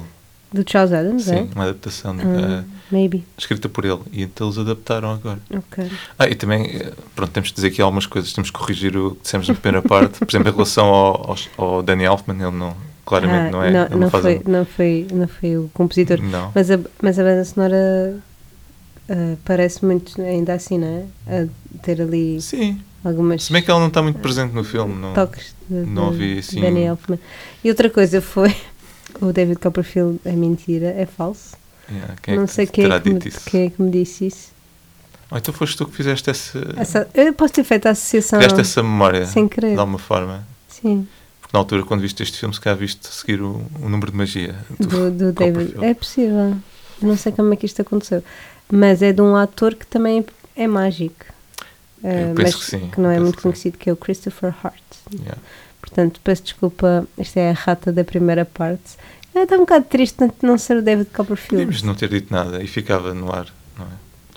B: do Charles Adams,
A: sim,
B: é?
A: uma adaptação eh,
B: Ah, maybe.
A: escrita por ele, e então eles adaptaram agora.
B: Ok.
A: Ah, e também, eh, pronto, temos de dizer aqui algumas coisas, temos que corrigir o que dissemos na
B: [LAUGHS]
A: primeira parte, por exemplo, em relação ao, aos- ao Danny Elfman, ele não, claramente
B: Ah,
A: não é,
B: Não,
A: ele não
B: não
A: faz
B: foi,
A: a-
B: não, foi, não foi o compositor.
A: Não.
B: Mas, a, mas a banda sonora ah, parece muito ainda assim, não é? A ter ali
A: Sim,
B: algumas
A: se bem que ele não está muito presente no filme, não,
B: toques de,
A: não
B: de
A: ouvi, assim-
B: Danny Elfman. E outra coisa foi [LAUGHS] o David Copperfield é mentira, é falso.
A: Yeah, quem é
B: não
A: que
B: sei
A: te
B: quem
A: terá
B: é, que me,
A: dito isso?
B: quem é que me disse isso.
A: Ou então foste tu que fizeste essa,
B: Essa- eu posso ter feito a associação.
A: criaste essa memória,
B: Sem querer.
A: de alguma forma.
B: Sim,
A: Porque na altura, quando viste este filme, se calhar viste seguir o, o número de magia.
B: do, do David.
A: Copperfield.
B: É possível. Eu não sei como é que isto aconteceu. Mas é de um ator que também é mágico. Eh,
A: penso
B: mas
A: que sim,
B: não é
A: penso
B: muito
A: que sim.
B: conhecido, que é o Christopher Hart.
A: Yeah.
B: Portanto, peço desculpa, esta é a rata da primeira parte. Eh, Está um bocado triste não- não ser o David Copperfield.
A: Podíamos não ter dito nada e ficava no ar, não é?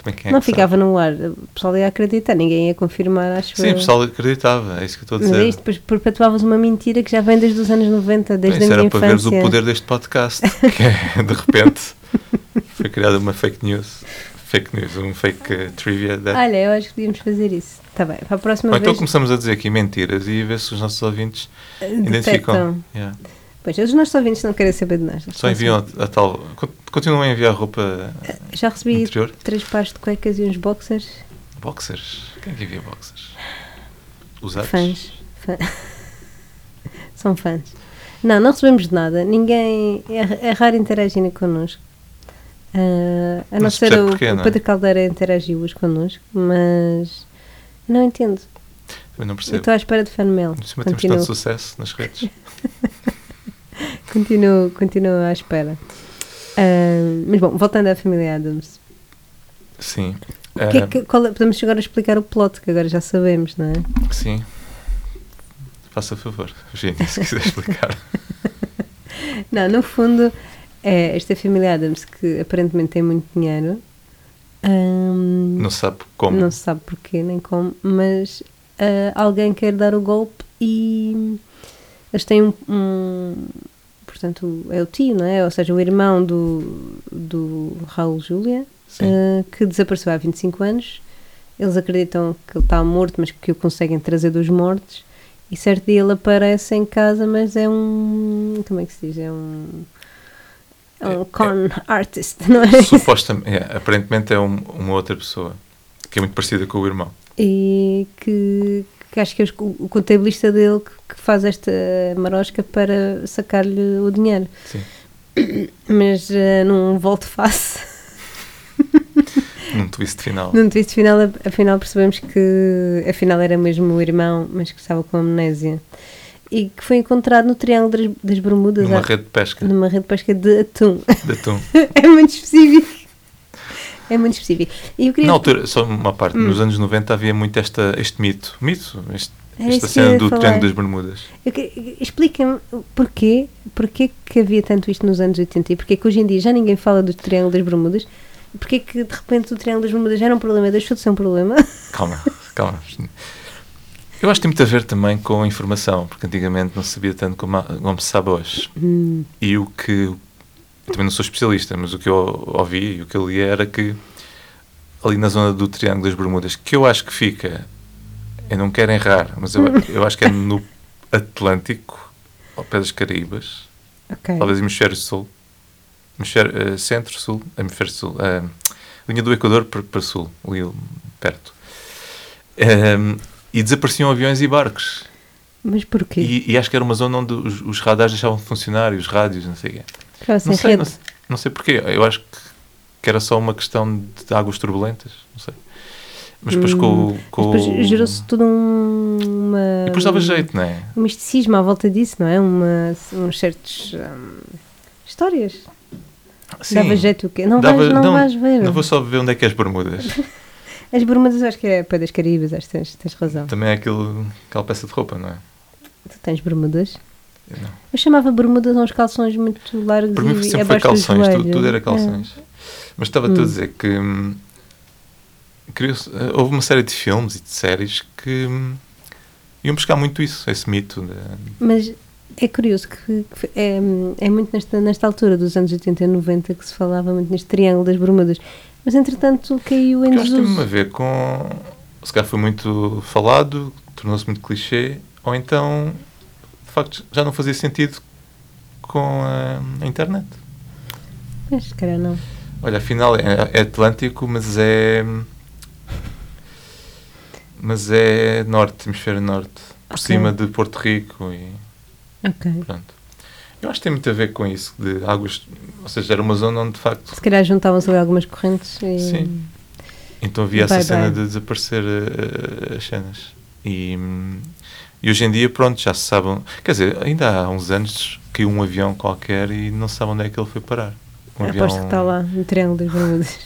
A: Também quem é
B: não
A: que sabe?
B: ficava no ar. O pessoal ia acreditar, ninguém ia confirmar, acho
A: Sim,
B: eu.
A: o pessoal acreditava, é isso que eu estou a
B: Mas
A: dizer.
B: é isto, depois perpetuavas uma mentira que já vem desde os anos 90,
A: Bem,
B: desde
A: isso
B: a minha
A: era para veres
B: infância.
A: o poder deste podcast, que é, de
B: [LAUGHS]
A: repente foi criada uma fake news. Fake news, um fake eh, trivia. that-
B: Olha, eu acho que podíamos fazer isso. Está bem, para a próxima
A: Ou então
B: vez.
A: começamos a dizer aqui mentiras e a ver se os nossos ouvintes
B: detectam.
A: identificam. Yeah.
B: Pois, os nossos ouvintes não querem saber de nós.
A: Só enviam a, a tal. con- Continuam a enviar roupa
B: Já recebi
A: Interior.
B: três pares de cuecas e uns boxers.
A: Boxers? Quem é que envia boxers? Usados?
B: Fãs. Fã- [LAUGHS] São fãs. Não, não recebemos nada. Ninguém. É, é raro interagirem connosco. Ah, a não
A: Mas
B: ser
A: percebe
B: o,
A: porquê,
B: o
A: não é?
B: Pedro Caldeira interagiu hoje connosco, mas não entendo.
A: Eu não
B: Eu
A: percebo.
B: estou à espera de fanmail.
A: Por cima temos tanto
B: Continuo,
A: sucesso nas redes.
B: continuo, continuo à espera. Ah, mas bom, voltando à família Adams.
A: Sim.
B: O que é
A: Ah,
B: que- qual é- podemos chegar a explicar o plot, que agora já sabemos, não é?
A: Sim. Faça favor, Eugênia, se quiser
B: [LAUGHS]
A: explicar.
B: Não, no fundo, é esta família Adams que aparentemente tem muito dinheiro. ahm,
A: Não sabe como.
B: não se sabe porquê nem como, mas ah, alguém quer dar o golpe e eles têm um, um- Portanto, é o tio, não é? Ou seja, o irmão do, do Raul Júlia,
A: Sim.
B: ah, que desapareceu há 25 anos. Eles acreditam que ele está morto, mas que o conseguem trazer dos mortos. E certo dia ele aparece em casa, mas é um. Como é que se diz? É um. É um con artist, não é?
A: Supostamente, é, aparentemente é um- uma outra pessoa que é muito parecida com o irmão.
B: e que, que acho que é os- o contabilista dele que, que faz esta marosca para sacar-lhe o dinheiro.
A: Sim.
B: Mas eh, num volto face, [LAUGHS]
A: Num twist final.
B: num twist final, a- afinal percebemos que afinal era mesmo o irmão, mas que estava com amnésia. E que foi encontrado no Triângulo das, das Bermudas,
A: Numa
B: ah,
A: rede de pesca
B: numa rede de pesca de atum. [LAUGHS]
A: de atum.
B: é muito específico. É muito específico. E eu queria
A: Na altura, só uma parte,
B: Hum.
A: nos anos 90 havia muito esta, este mito. Mito? Este- esta
B: Era É isso que eu
A: cena
B: ia
A: do
B: falar.
A: Triângulo das Bermudas.
B: Eu que- Explica-me porquê, porquê que havia tanto isto nos anos 80 e porquê que hoje em dia já ninguém fala do Triângulo das Bermudas, porquê que de repente o Triângulo das Bermudas já era um problema, deixou de ser um problema.
A: Calma, calma. Eu acho que tem muito a ver também com a informação, porque antigamente não se sabia tanto como, a- como se sabe hoje. E o que. eu Também não sou especialista, mas o que eu ouvi e o que eu li era que ali na zona do Triângulo das Bermudas, que eu acho que fica. Eu não quero errar, mas eu, eu acho que é no Atlântico, ao pé das Caraíbas,
B: Ok.
A: talvez Hemisfério Sul. Hemisfério, eh, Centro-Sul, Hemisfério Sul. eh, linha do Equador para, para Sul, ali perto. Ehm, e desapareciam aviões e barcos.
B: Mas porquê?
A: E, e acho que era uma zona onde os, os radares deixavam de funcionar e os rádios, não sei o quê.
B: Ficava sem
A: Não sei,
B: rede.
A: não, sei- não sei porquê. Eu acho que, que era só uma questão de águas turbulentas, não sei. Mas depois com, o- com
B: Mas
A: o-
B: Hum, Depois gerou-se tudo um- uma.
A: E depois dava jeito, não é?
B: Um misticismo à volta disso, não é? Uma, uns certos. hum, histórias. Dava jeito o quê? Não,
A: Dava-
B: vais, não, vais ver.
A: Não vou só ver onde é que é as Bermudas.
B: As Bermudas, acho que é Pé das Caribas, acho que tens, tens razão.
A: Também é aquilo, aquela peça de roupa, não é?
B: Tu tens Bermudas?
A: Eu não.
B: Eu chamava Bermudas a uns calções muito largos
A: Para mim
B: e é
A: sempre foi
B: abaixo dos
A: calções, tudo,
B: joelhos.
A: tudo era
B: É.
A: calções. Mas estava-te a dizer que hum, criou-se- eh, houve uma série de filmes e de séries que hum, iam buscar muito isso, esse mito. né? da-
B: Mas é curioso que, que é, é muito nesta, nesta altura dos anos 80 e 90 que se falava muito neste triângulo das Bermudas. Mas entretanto caiu em
A: que eu acho que
B: desuso.
A: tem a ver com. Se calhar foi muito falado, tornou-se muito clichê, ou então de facto já não fazia sentido com a, hum, a internet.
B: Mas se calhar não.
A: Olha, afinal é, é Atlântico, mas é. hum, Mas é norte, hemisfério norte. Por
B: Ok.
A: cima de Porto Rico e.
B: Ok.
A: Pronto. Eu acho que tem muito a ver com isso, de águas. Ou seja, era uma zona onde de facto.
B: Se calhar juntavam-se ali algumas correntes e.
A: Sim. Então havia essa
B: Bye,
A: cena
B: bye.
A: de desaparecer eh, eh, as cenas. E, hum, e hoje em dia, pronto, já se sabem. Quer dizer, ainda há uns anos caiu um avião qualquer e não se sabe onde é que ele foi parar. Um
B: Aposto que está lá, no Triângulo das Bermudas.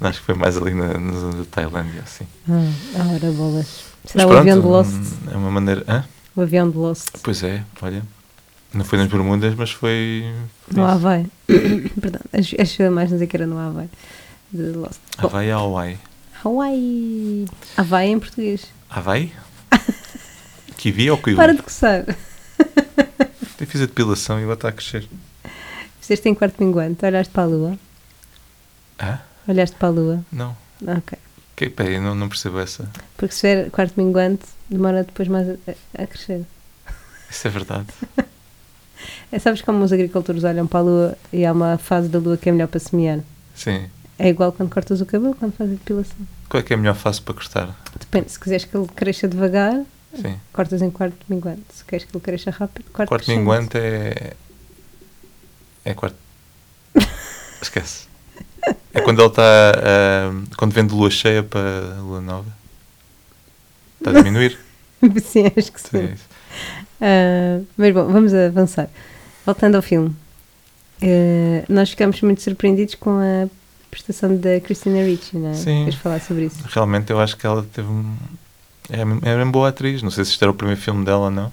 A: Não, acho que foi mais ali na, na zona da Tailândia, assim.
B: Ah, ah, ora bolas.
A: Mas
B: Será o avião de
A: hum,
B: Lost?
A: É uma maneira. Hã?
B: O avião de Lost.
A: Pois é, olha. Não foi nas Bermudas, mas foi.
B: No Havaí. [COUGHS] Perdão, as, as mais não sei que era no Havaí. De Lost. Bom,
A: Havaí, Ah, Hawaii.
B: Hawaii. Havaí em português. [LAUGHS]
A: Havaí? Kiwi ou Kiwi?
B: Para de coçar. [LAUGHS]
A: Eu fiz a depilação e ela está a crescer.
B: Fizeste em quarto minguante. Olhaste para a lua.
A: Ah?
B: Olhaste para a lua.
A: Não.
B: Ah, Ok.
A: Que, peraí, não, não percebo essa.
B: Porque se for quarto minguante, demora depois mais a, a crescer.
A: Isso é verdade.
B: [LAUGHS] É, sabes como os agricultores olham para a lua e há uma fase da lua que é melhor para semear?
A: Sim.
B: É igual quando cortas o cabelo, quando fazes a depilação.
A: Qual é que é a melhor fase para cortar?
B: Depende, se quiseres que ele cresça devagar,
A: Sim.
B: cortas em quarto minguante. Se queres que ele cresça rápido, cortas
A: Quarto minguante é. É [LAUGHS] quarto. Esquece. É quando ele está. ah, quando vem de lua cheia para lua nova. Está a [LAUGHS] diminuir?
B: [LAUGHS] Sim, acho que
A: Sim.
B: sim.
A: é isso.
B: Ah, mas bom, vamos avançar. Voltando ao filme, Eh, nós ficamos muito surpreendidos com a prestação da Christina Ricci, não é?
A: Sim.
B: Queres falar sobre isso?
A: Realmente eu acho que ela teve. um- É, é uma boa atriz. Não sei se este era o primeiro filme dela ou não.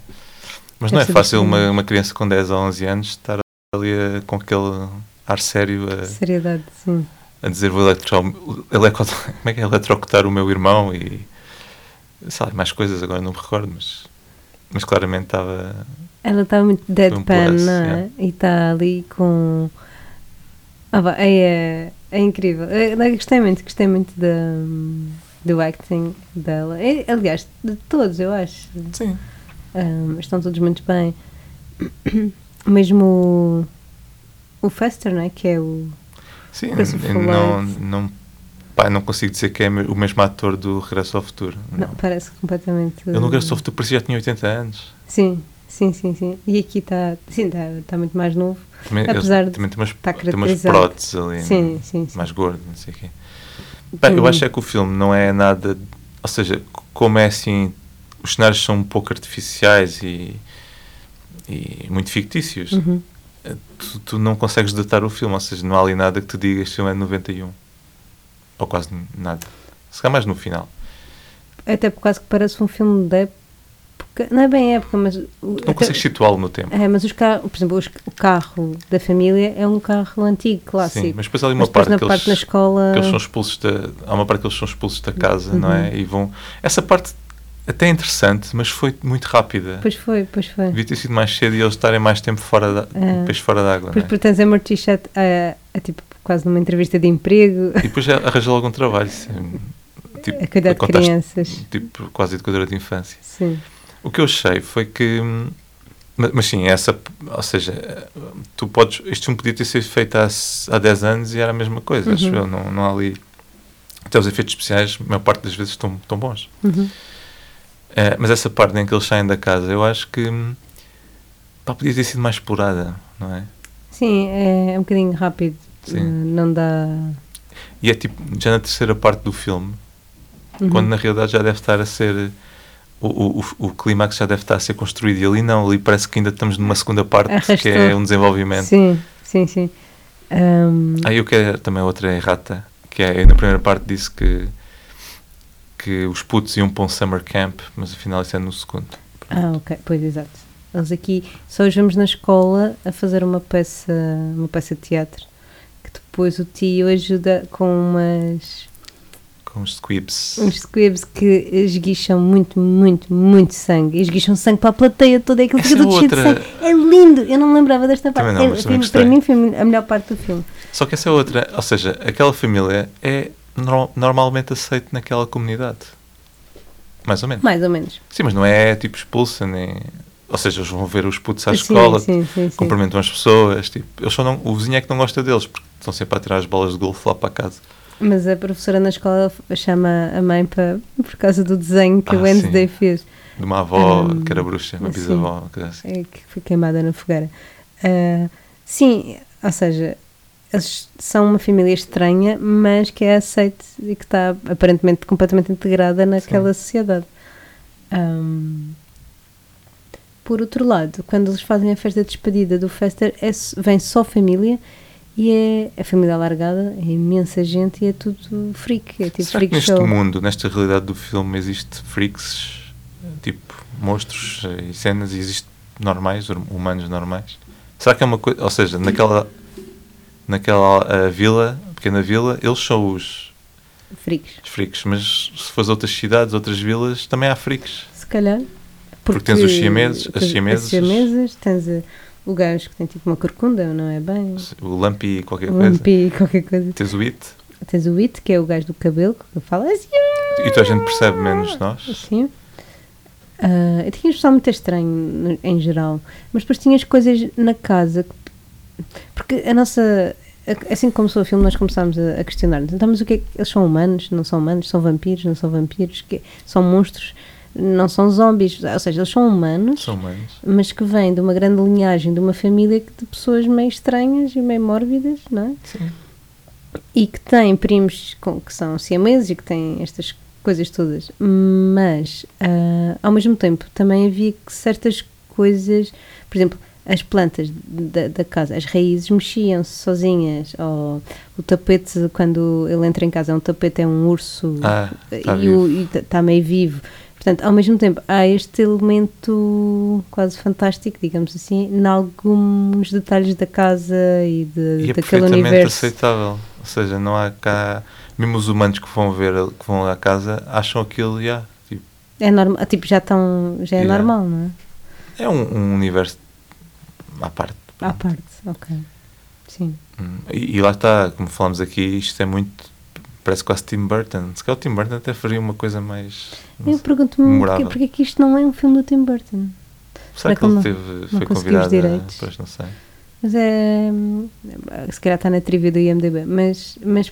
A: Mas não é
B: Essa
A: fácil uma,
B: distância.
A: uma criança com 10 ou 11 anos estar ali a- com aquele ar sério a,
B: Seriedade, sim.
A: a dizer vou eletro, eleco- [LAUGHS] como é que é? eletrocutar o meu irmão e sabe, mais coisas, agora não me recordo, mas, mas claramente estava.
B: Ela está muito deadpan,
A: um plus,
B: não é?
A: yeah.
B: E está ali com. Ah, vá, é, é incrível. É, não, gostei muito, gostei muito da, do acting dela. É, aliás, de todos, eu acho.
A: Sim.
B: Ahm, estão todos muito bem. [CLEARS THROAT] Mesmo o, o Fester, não é? Que é o.
A: Sim,
B: Parece um
A: eu não,
B: falante.
A: não, pá, não consigo dizer que é me- o mesmo ator do Regresso ao Futuro.
B: Não,
A: Não.
B: parece completamente.
A: Ele no Regresso ao Futuro parecia que já tinha 80 anos.
B: Sim, sim, sim, sim. E aqui está. Sim, está tá muito mais novo.
A: Também, ele
B: Apesar de
A: também tem umas,
B: tá
A: tem umas
B: caracterizado.
A: próteses ali,
B: Sim,
A: né?
B: sim, sim.
A: mais gordo, não sei o quê. Bem, eu
B: Hum.
A: acho é que o filme não é nada. Ou seja, c- como é assim. Os cenários são um pouco artificiais e, e muito fictícios.
B: Uhum.
A: eh, Tu, tu não consegues datar o filme, ou seja, não há ali nada que te diga este filme é de 91. Ou quase n- nada. Se calhar mais no final.
B: Até por quase que parece um filme da época. Não é bem época, mas. o-
A: Tu
B: até-
A: não consegues situá-lo no tempo.
B: É, mas os carros, por exemplo, os- o carro da família é um carro antigo, clássico.
A: Sim, mas depois há ali uma
B: Mas depois
A: parte,
B: na
A: que,
B: parte na
A: eles,
B: escola. Uhum.
A: que eles são expulsos da. Há uma parte que eles são expulsos da casa, não é? E vão. Essa parte até interessante, mas foi muito rápida.
B: Pois foi, pois foi.
A: Devia ter sido mais cedo e eles estarem mais tempo fora da,
B: Ah.
A: depois fora d'água.
B: Pois,
A: né?
B: portanto, a Morticia a, a, tipo, quase numa entrevista de emprego,
A: E depois arranjou algum trabalho. assim, tipo,
B: a cuidar de
A: contar-
B: crianças.
A: Tipo, quase educadora de infância.
B: Sim.
A: O que eu achei foi que. hum, ma- Mas sim, essa. Ou seja, eh, tu podes. Este filme podia ter sido feito há, s- há 10 anos e era a mesma coisa, acho eu. Não, não há ali. Até os efeitos especiais, a maior parte das vezes, estão, estão bons.
B: Uhum.
A: Eh, mas essa parte em que eles saem da casa, eu acho que. hum, Pá, podia ter sido mais explorada, não é?
B: Sim, é um bocadinho rápido.
A: Sim.
B: eh, Não dá.
A: E é tipo, já na terceira parte do filme,
B: Uhum.
A: quando na realidade já deve estar a ser. O, o, o- o clímax já deve estar a ser construído e ali não, ali parece que ainda estamos numa segunda parte que é
B: Arrastou.
A: um desenvolvimento. Ah,
B: Sim, sim, sim. Ahm,
A: Aí eu quero é também outra errata, que é eu na primeira parte disse que, que os putos iam para um summer camp, mas afinal isso é no segundo.
B: ah, ok, pois exato. Eles aqui só os vemos na escola a fazer uma peça, uma peça de teatro que depois o tio ajuda com umas
A: Com os squibs.
B: uns squibs que esguicham muito, muito, muito sangue. E esguicham sangue para a plateia toda, é aquilo
A: Essa
B: fica tudo cheio de
A: outra-
B: sangue. É lindo! Eu não me lembrava desta parte.
A: Também não,
B: É-
A: mas também
B: foi- para
A: gostei.
B: mim foi a melhor parte do filme.
A: Só que essa é outra, ou seja, aquela família é nor- normalmente aceita naquela comunidade. Mais ou menos.
B: Mais ou menos.
A: Sim, mas não é tipo expulsa, nem. Ou seja, eles vão ver os putos Tá à
B: Sim,
A: escola,
B: sim, sim, sim.
A: cumprimentam as pessoas. Tipo, eles só não, o vizinho é que não gosta deles, porque estão sempre a tirar as bolas de golfe lá para casa.
B: Mas a professora na escola f- chama a mãe para, por causa do desenho que
A: Ah,
B: o Wednesday fez,
A: De uma avó
B: Hum,
A: que era bruxa, uma
B: sim.
A: bisavó, uma coisa assim.
B: é, que foi queimada na fogueira. Ah, sim, ou seja, eles são uma família estranha, mas que é aceite e que está aparentemente completamente integrada naquela sociedade. Ahm, por outro lado, quando eles fazem a festa de despedida do Fester, é s- vem só família e é a família alargada, é imensa gente e é tudo freak. É tipo
A: Será que
B: freak
A: neste
B: show.
A: mundo, nesta realidade do filme, existe freaks, tipo monstros eh, e cenas, e existe normais, hum- humanos normais? Será que é uma coisa, ou seja, naquela, naquela eh, vila, pequena vila, eles são os,
B: Freaks.
A: os freaks, mas se fores a outras cidades, outras vilas, também há freaks.
B: Se calhar.
A: Porque tens os chineses, as
B: porque
A: chinesas.
B: As chinesas, tens eh, o gajo que tem tipo uma corcunda, não é bem?
A: O Lampi e qualquer
B: Um
A: coisa.
B: lampi, qualquer coisa.
A: Tens o It.
B: Tens o It, que é o gajo do cabelo, que fala assim.
A: E toda a gente percebe, menos nós.
B: Sim. Ah, eu tinha um pessoal muito estranho no- em geral, mas depois tinhas coisas na casa. que- Porque a nossa. a- Assim que começou o filme, nós começámos a, a questionar-nos: então, mas o que é que. Eles são humanos? Não são humanos? São vampiros? Não são vampiros? Que, é, são monstros? Não são zombies? Ou seja, eles são humanos,
A: São humanos.
B: mas que vêm de uma grande linhagem, de uma família que- de pessoas meio estranhas e meio mórbidas, não é?
A: Sim.
B: e que tem primos com, que são siameses e que têm estas coisas todas, mas ah, ao mesmo tempo também havia que certas coisas, por exemplo, as plantas da, da casa, as raízes mexiam-se sozinhas, ou o tapete, quando ele entra em casa, é um tapete, é um urso
A: Ah, tá
B: e
A: vivo.
B: o- e está meio vivo. Portanto, ao mesmo tempo, há este elemento quase fantástico, digamos assim, em alguns detalhes da casa e, de,
A: E é
B: daquele
A: perfeitamente
B: universo.
A: aceitável. Ou seja, não há cá. Mesmo os humanos que vão ver, que vão lá à casa, acham aquilo e há. Tipo,
B: É normal, tipo, já estão, já é
A: Yeah.
B: normal, não é?
A: é um, um universo à parte.
B: À parte, ok. Sim.
A: Hum. E, e lá está, como falámos aqui, isto é muito. Parece quase Tim Burton. Se calhar o Tim Burton até faria uma coisa mais. não
B: Eu
A: sei.
B: pergunto-me porque,
A: memorável.
B: porque é que isto não é um filme do Tim Burton.
A: Será
B: será
A: que
B: que
A: ele
B: ele
A: teve,
B: não
A: foi
B: conseguiu os
A: convidado?
B: direitos?
A: a- Pois não sei.
B: Mas é. hum, Se calhar está na trivia do IMDB, mas, mas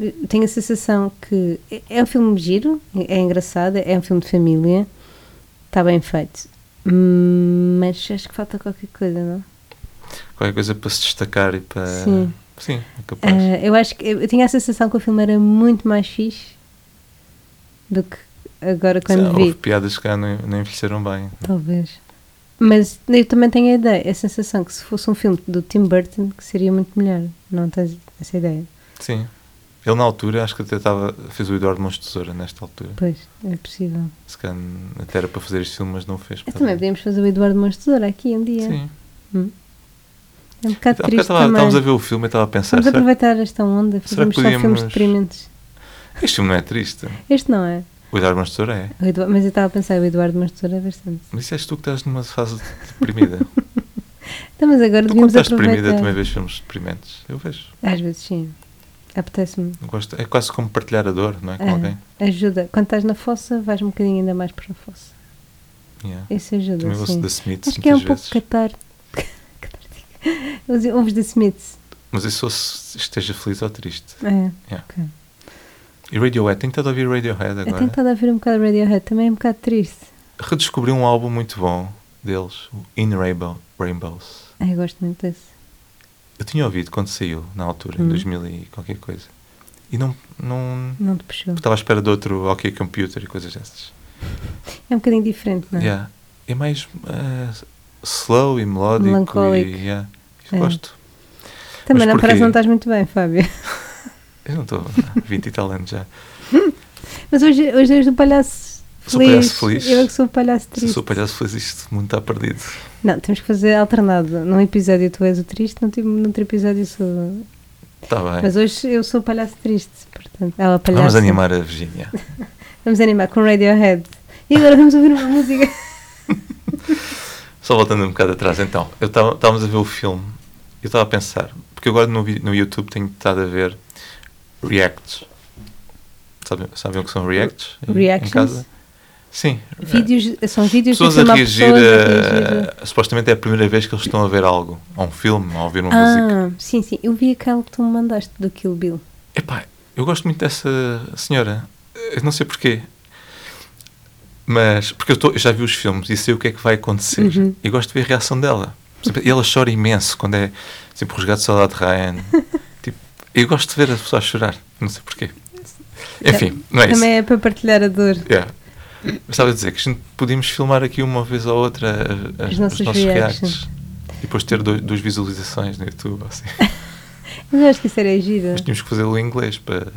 B: eh, tenho a sensação que é- é um filme giro, é é engraçado, é um filme de família, está bem feito. Hum, Mas acho que falta qualquer coisa, não?
A: Qualquer coisa para se destacar e para.
B: Sim.
A: Sim, é capaz.
B: Ah, eu acho que eu, eu tinha a sensação que o filme era muito mais fixe do que agora
A: Sei lá,
B: quando vi.
A: houve piadas que cá não, não envelheceram bem.
B: Talvez. Mas eu também tenho a ideia, a sensação que se fosse um filme do Tim Burton, que seria muito melhor. Não tens essa ideia?
A: Sim. Ele na altura, acho que até estava. fez o Eduardo Mons de Tesoura nesta altura.
B: Pois, é possível.
A: Se calhar até era para fazer este filme, mas não o fez.
B: Eu também podíamos fazer o Eduardo Mons Tesoura aqui um dia.
A: Sim.
B: É um
A: Há
B: bocado
A: bocado
B: triste
A: estava-
B: também.
A: Estávamos a ver o filme e estava a pensar.
B: Vamos
A: será que-
B: aproveitar esta onda,
A: será que
B: fazemos só filmes
A: podíamos-
B: deprimentes.
A: Este filme não é triste.
B: Este não é.
A: O Eduardo Mãos de Tesoura é.
B: O Eduardo- mas eu estava a pensar, o Eduardo Mastura é bastante.
A: Mas isso és tu que estás numa fase
B: [LAUGHS]
A: deprimida.
B: Então, mas agora
A: tu, quando
B: devíamos
A: estás deprimida,
B: aproveitar.
A: também vês filmes deprimentes. Eu vejo.
B: Às vezes sim. Apetece-me.
A: Eu Gosto. É quase como partilhar a dor, não é? Com
B: Ah,
A: alguém.
B: ajuda. Quando estás na fossa, vais um bocadinho ainda mais para a fossa.
A: Yeah.
B: Isso ajuda.
A: Também ouço
B: sim.
A: The Smiths
B: Acho que é um
A: muitas
B: pouco
A: vezes.
B: catar. [LAUGHS] catártico. Ouves- Ouves The Smiths.
A: Mas eu sou se esteja feliz ou triste.
B: É.
A: Yeah.
B: ok.
A: E Radiohead, tenho estado a ouvir Radiohead
B: Eu
A: agora.
B: tenho estado a ver um bocado Radiohead, também é um bocado triste.
A: Redescobri um álbum muito bom deles, o In Rainbow, Rainbows.
B: Ai, eu gosto muito desse.
A: Eu tinha ouvido quando saiu, na altura,
B: Hum.
A: em 2000 e qualquer coisa. E não. não
B: Não te puxou.
A: estava à espera de outro OK Computer e coisas dessas.
B: É um bocadinho diferente, não é?
A: Yeah. É mais ah, slow e melódico.
B: Melancólico.
A: E, yeah. Eu
B: É.
A: gosto.
B: Também
A: Mas
B: não
A: porquê?
B: parece que não estás muito bem, Fábio. [LAUGHS]
A: Eu não estou 20 e tal anos já.
B: Mas hoje, hoje és o palhaço feliz.
A: Sou o palhaço feliz.
B: Eu é que sou o palhaço
A: Se eu
B: triste.
A: sou palhaço, faz isto muito está perdido.
B: Não, temos que fazer alternado. Num episódio tu és o triste, num, ti- num outro episódio sou.
A: Está bem.
B: Mas hoje eu sou o palhaço triste, portanto. Ela palhaço.
A: Vamos animar a Virgínia.
B: Vamos animar com Radiohead. E agora vamos ouvir uma música.
A: Só voltando um bocado atrás, então. Eu tava- Estávamos a ver o filme. Eu estava a pensar. Porque agora no, vi- no YouTube tenho estado a ver reacts. Sabem, sabem o que são reacts? em-
B: Reactions?
A: Em casa? Sim. Eh,
B: Vídeos, são vídeos
A: É. Pessoas
B: de
A: a
B: filmar
A: reagir,
B: pessoas
A: a-
B: reagir
A: Supostamente é a primeira vez que eles estão a ver algo. A um filme, ou a ouvir uma música.
B: Ah, sim, sim. Eu vi aquele que tu me mandaste do Kill Bill.
A: Epá, eu gosto muito dessa senhora. Eu não sei porquê. Mas, porque eu, tô- eu já vi os filmes e sei o que é que vai acontecer. E gosto de ver a reação dela. Por exemplo, ela chora imenso quando é, tipo, o resgate de saudade de Ryan. tipo, eu gosto de ver as pessoas chorar. Não sei porquê. Enfim, não é isso.
B: Também é para partilhar a dor.
A: Yeah. Mas Estava a dizer que a gente podíamos filmar aqui uma vez ou outra as- as-
B: Os nossos
A: os nossos
B: reacts.
A: reacts. E depois ter do- duas visualizações no YouTube. Assim.
B: Mas eu acho que isso era giro.
A: Mas tínhamos que fazê-lo em inglês para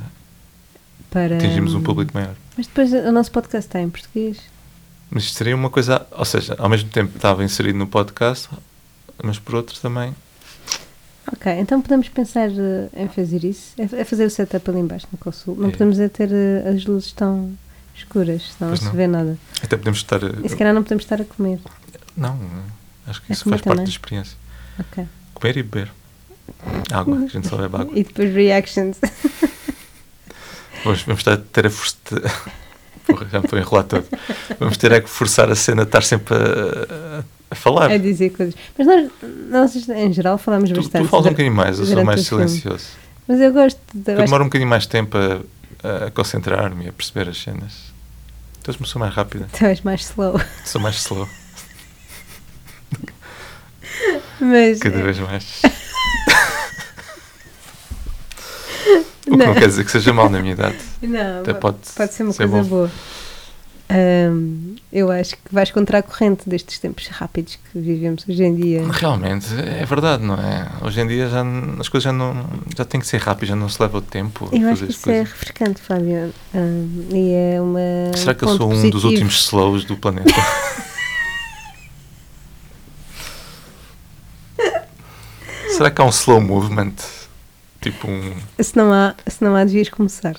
B: Para...
A: atingirmos um público maior.
B: Mas depois o nosso podcast está em português.
A: Mas isto seria uma coisa, ou seja, ao mesmo tempo estava inserido no podcast, mas por outro também.
B: Ok, então podemos pensar eh, em fazer isso. É, é fazer o setup ali embaixo no Consul. Não
A: É.
B: podemos é ter eh, as luzes tão escuras, senão não
A: Pois
B: se
A: não.
B: vê nada.
A: Até podemos estar. eh,
B: E se calhar não podemos estar a comer.
A: Não, eh, acho que
B: É
A: isso
B: comer
A: faz parte
B: também.
A: da experiência.
B: Ok.
A: Comer e beber. Água, a gente só bebe água.
B: E depois reactions.
A: Vamos, vamos estar a ter a forçar. [LAUGHS] Porra, já me estou a enrolar todo. Vamos ter é que forçar a cena a estar sempre a, a falar.
B: [LAUGHS] a dizer coisas. Mas nós, nós em geral falamos
A: Tu,
B: bastante.
A: tu falas um
B: dur-
A: bocadinho mais, eu sou
B: durante
A: mais
B: o filme.
A: silencioso.
B: Mas eu gosto de.
A: Eu demoro um bocadinho mais tempo a, a concentrar-me e a perceber as cenas. Tu és uma pessoa é mais rápida,
B: Tu Então és mais slow. [LAUGHS]
A: sou mais slow,
B: Mas.
A: cada vez
B: [LAUGHS]
A: mais. O que não
B: Não.
A: quer dizer que seja mal na minha idade.
B: eh, Não,
A: Até
B: po-
A: pode,
B: pode ser uma coisa
A: bom.
B: boa. Ahm, eu acho que vais contra a corrente destes tempos rápidos que vivemos hoje em dia.
A: Realmente, é verdade, não é? Hoje em dia já, n- as coisas já, não, já têm que ser rápidas, já não se leva o tempo a
B: Eu acho
A: fazer
B: que
A: as
B: isso é
A: coisas.
B: refrescante, Fábio. Ahm, e é uma.
A: Será que eu
B: ponto
A: sou um dos
B: positivo.
A: últimos slows do
B: [LAUGHS]
A: planeta? Será que há um slow movement? Tipo um
B: Se não há, se não há devias começar.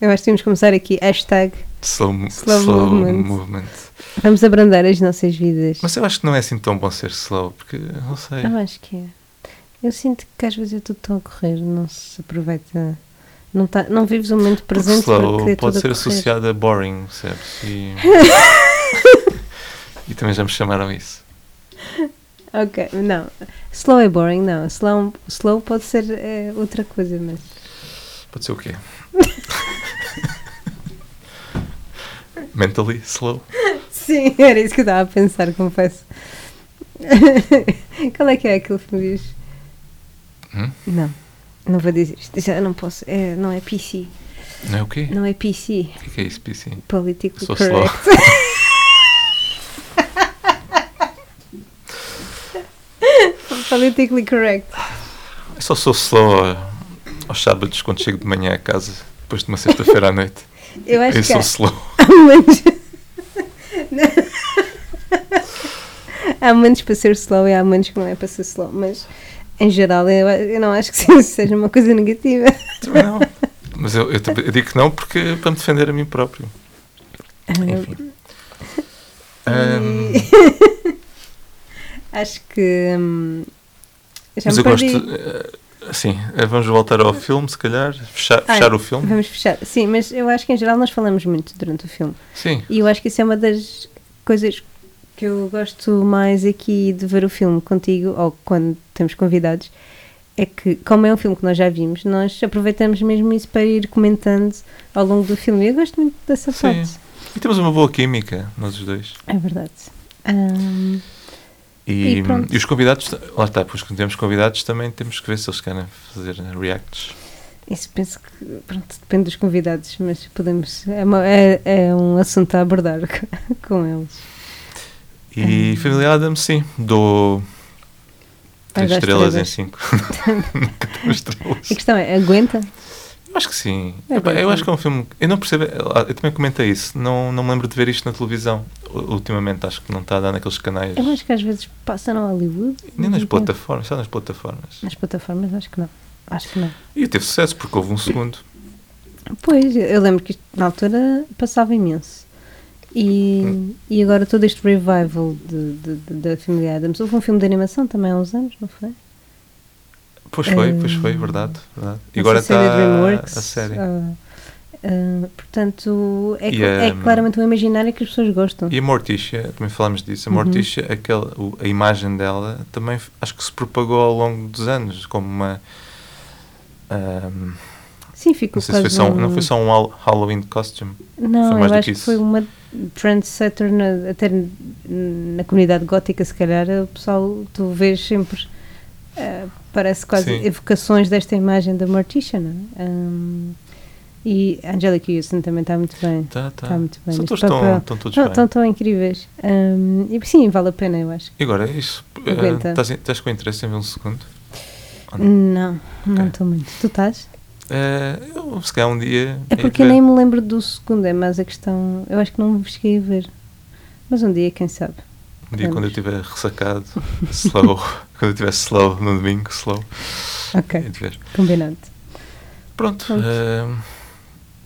B: Eu acho que temos que começar aqui. Hashtag.
A: slow, mo-
B: Slow
A: slow
B: movement.
A: movement.
B: Vamos abrandar as nossas vidas.
A: Mas eu acho que não é assim tão bom ser slow, porque eu não sei.
B: Eu acho que é. Eu sinto que às vezes é tudo tão a correr, não se aproveita. Não, tá, não vives o momento
A: Porque
B: presente
A: slow
B: porque é
A: pode ser
B: tudo a correr.
A: associado a boring, percebes?
B: [LAUGHS]
A: E... e também já me chamaram isso.
B: Ok, não. Slow é boring, não. Slow, slow pode ser eh, outra coisa, mas.
A: Pode ser o
B: [LAUGHS]
A: quê? Mentally slow.
B: Sim, [LAUGHS] era isso que eu estava a pensar, confesso. [LAUGHS] Qual é que é aquele que me diz?
A: Hum?
B: Não, não vou dizer isto. Já não posso. É, não é PC.
A: Não é o quê?
B: Não é PC.
A: O que é que é isso, PC?
B: Politically
A: Sou slow.
B: correct. Politically correct.
A: Eu só sou slow a- aos sábados quando chego de manhã a casa, depois de uma sexta-feira à noite.
B: Eu acho
A: eu
B: que é.
A: sou
B: há,
A: slow.
B: há momentos. há momentos para ser slow e há momentos que não é para ser slow, mas em geral eu, eu não acho que [LAUGHS] isso seja uma coisa negativa.
A: Também não. Mas eu, eu também- eu digo que não porque é para me defender a mim próprio.
B: [LAUGHS]
A: Enfim. Ahm,
B: Acho que. hum, já
A: mas
B: me
A: eu
B: perdi.
A: gosto. eh, sim, eh, vamos voltar ao filme, se calhar. Fechar,
B: Ai, Uhum.
A: fechar o filme.
B: Ah, Vamos fechar. Sim, mas eu acho que em geral nós falamos muito durante o filme.
A: Sim.
B: E eu acho que isso é uma das coisas que eu gosto mais aqui de ver o filme contigo, ou quando temos convidados, é que, como é um filme que nós já vimos, nós aproveitamos mesmo isso para ir comentando ao longo do filme. E eu gosto muito dessa
A: Sim.
B: parte.
A: E temos uma boa química, nós os dois.
B: É verdade. Ahm,
A: E,
B: E pronto.
A: e os convidados, lá está, pois quando temos convidados também temos que ver se eles querem fazer reacts.
B: isso penso que, pronto, depende dos convidados, mas podemos. É, uma- é- é um assunto a abordar [LAUGHS] com eles. Uhum.
A: E Família Adams, sim, dou
B: Vai
A: 3
B: dar
A: estrelas em
B: estrelas.
A: 5. [LAUGHS] Nunca dou estrelas.
B: A questão é: aguenta?
A: Eu Acho que sim.
B: É
A: Epá,
B: bem
A: eu
B: bom.
A: acho que é um filme. que- Eu não percebo. Eu também comentei isso. Não, não me lembro de ver isto na televisão. U- Ultimamente acho que não está a dar naqueles canais.
B: Eu acho que às vezes passa no Hollywood.
A: Nem nas
B: Não.
A: plataformas, só nas plataformas.
B: Nas plataformas, acho que não. Acho que não.
A: E teve sucesso porque houve um segundo.
B: Pois, eu lembro que isto, na altura passava imenso. E, e agora todo este revival de, de- de- da família Adams. Houve um filme de animação também há uns anos, não foi?
A: Pois foi, pois
B: Hum.
A: foi, verdade. verdade. E
B: Não
A: agora
B: sei se é da
A: está
B: DreamWorks,
A: a série.
B: ah, ah, portanto, é,
A: E,
B: cl- é
A: hum,
B: claramente um imaginário que as pessoas gostam.
A: E a Morticia, também falámos disso, a
B: Uhum.
A: Morticia, aquela, o- a imagem dela também f- acho que se propagou ao longo dos anos como uma. ahm,
B: Sim, ficou
A: não sei se foi
B: quase
A: só um,
B: um-
A: não foi só um Hall- Halloween costume.
B: Não,
A: Foi mais
B: eu
A: do
B: acho
A: que
B: que,
A: isso.
B: foi uma trendsetter na, até n- na comunidade gótica, se calhar, o pessoal, tu vês sempre, eh, parece quase
A: Sim.
B: evocações desta imagem da Morticia, não é? Ahm, e a Angelica Houston também está muito bem.
A: Tá, tá.
B: Está muito bem.
A: Só
B: neste
A: todos estão,
B: papel.
A: estão todos
B: Não, tá
A: bem.
B: Estão tão incríveis. Ahm, e sim, vale a pena, eu acho.
A: E agora, isso, eh,
B: Aguenta.
A: estás, estás com interesse em ver um segundo? Ou não?
B: Não, não
A: Ok.
B: estou muito. Tu estás?
A: Eh, eu, se calhar um dia.
B: É
A: hei de
B: porque eu
A: ver.
B: nem me lembro do segundo, é mais a questão. Eu acho que não me cheguei a ver. Mas um dia, quem sabe?
A: Um dia quando eu estiver ressacado, slow.
B: [LAUGHS]
A: quando eu estiver slow no domingo, slow.
B: Ok,
A: hei de ver.
B: combinado.
A: Pronto,
B: Pronto.
A: ehm,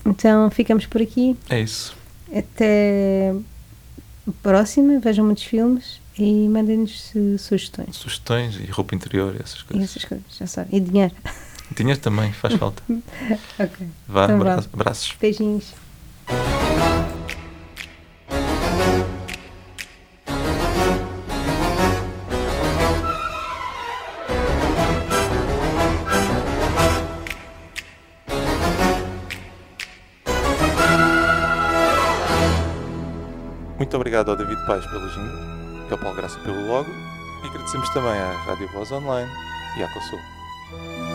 B: Então ficamos por aqui.
A: é isso.
B: Até a próxima. Vejam muitos filmes e mandem-nos eh, sugestões.
A: Sugestões e roupa interior e essas
B: E
A: coisas.
B: essas coisas, já sabem. E dinheiro. [LAUGHS]
A: Dinheiro também, faz falta.
B: Ok.
A: Vá,
B: Então vá.
A: abra abraços.
B: Beijinhos.
A: Muito obrigado ao David Paes pelo é jingle e ao Paulo Graça pelo logo. E agradecemos também à Rádio Voz Online e à Consul.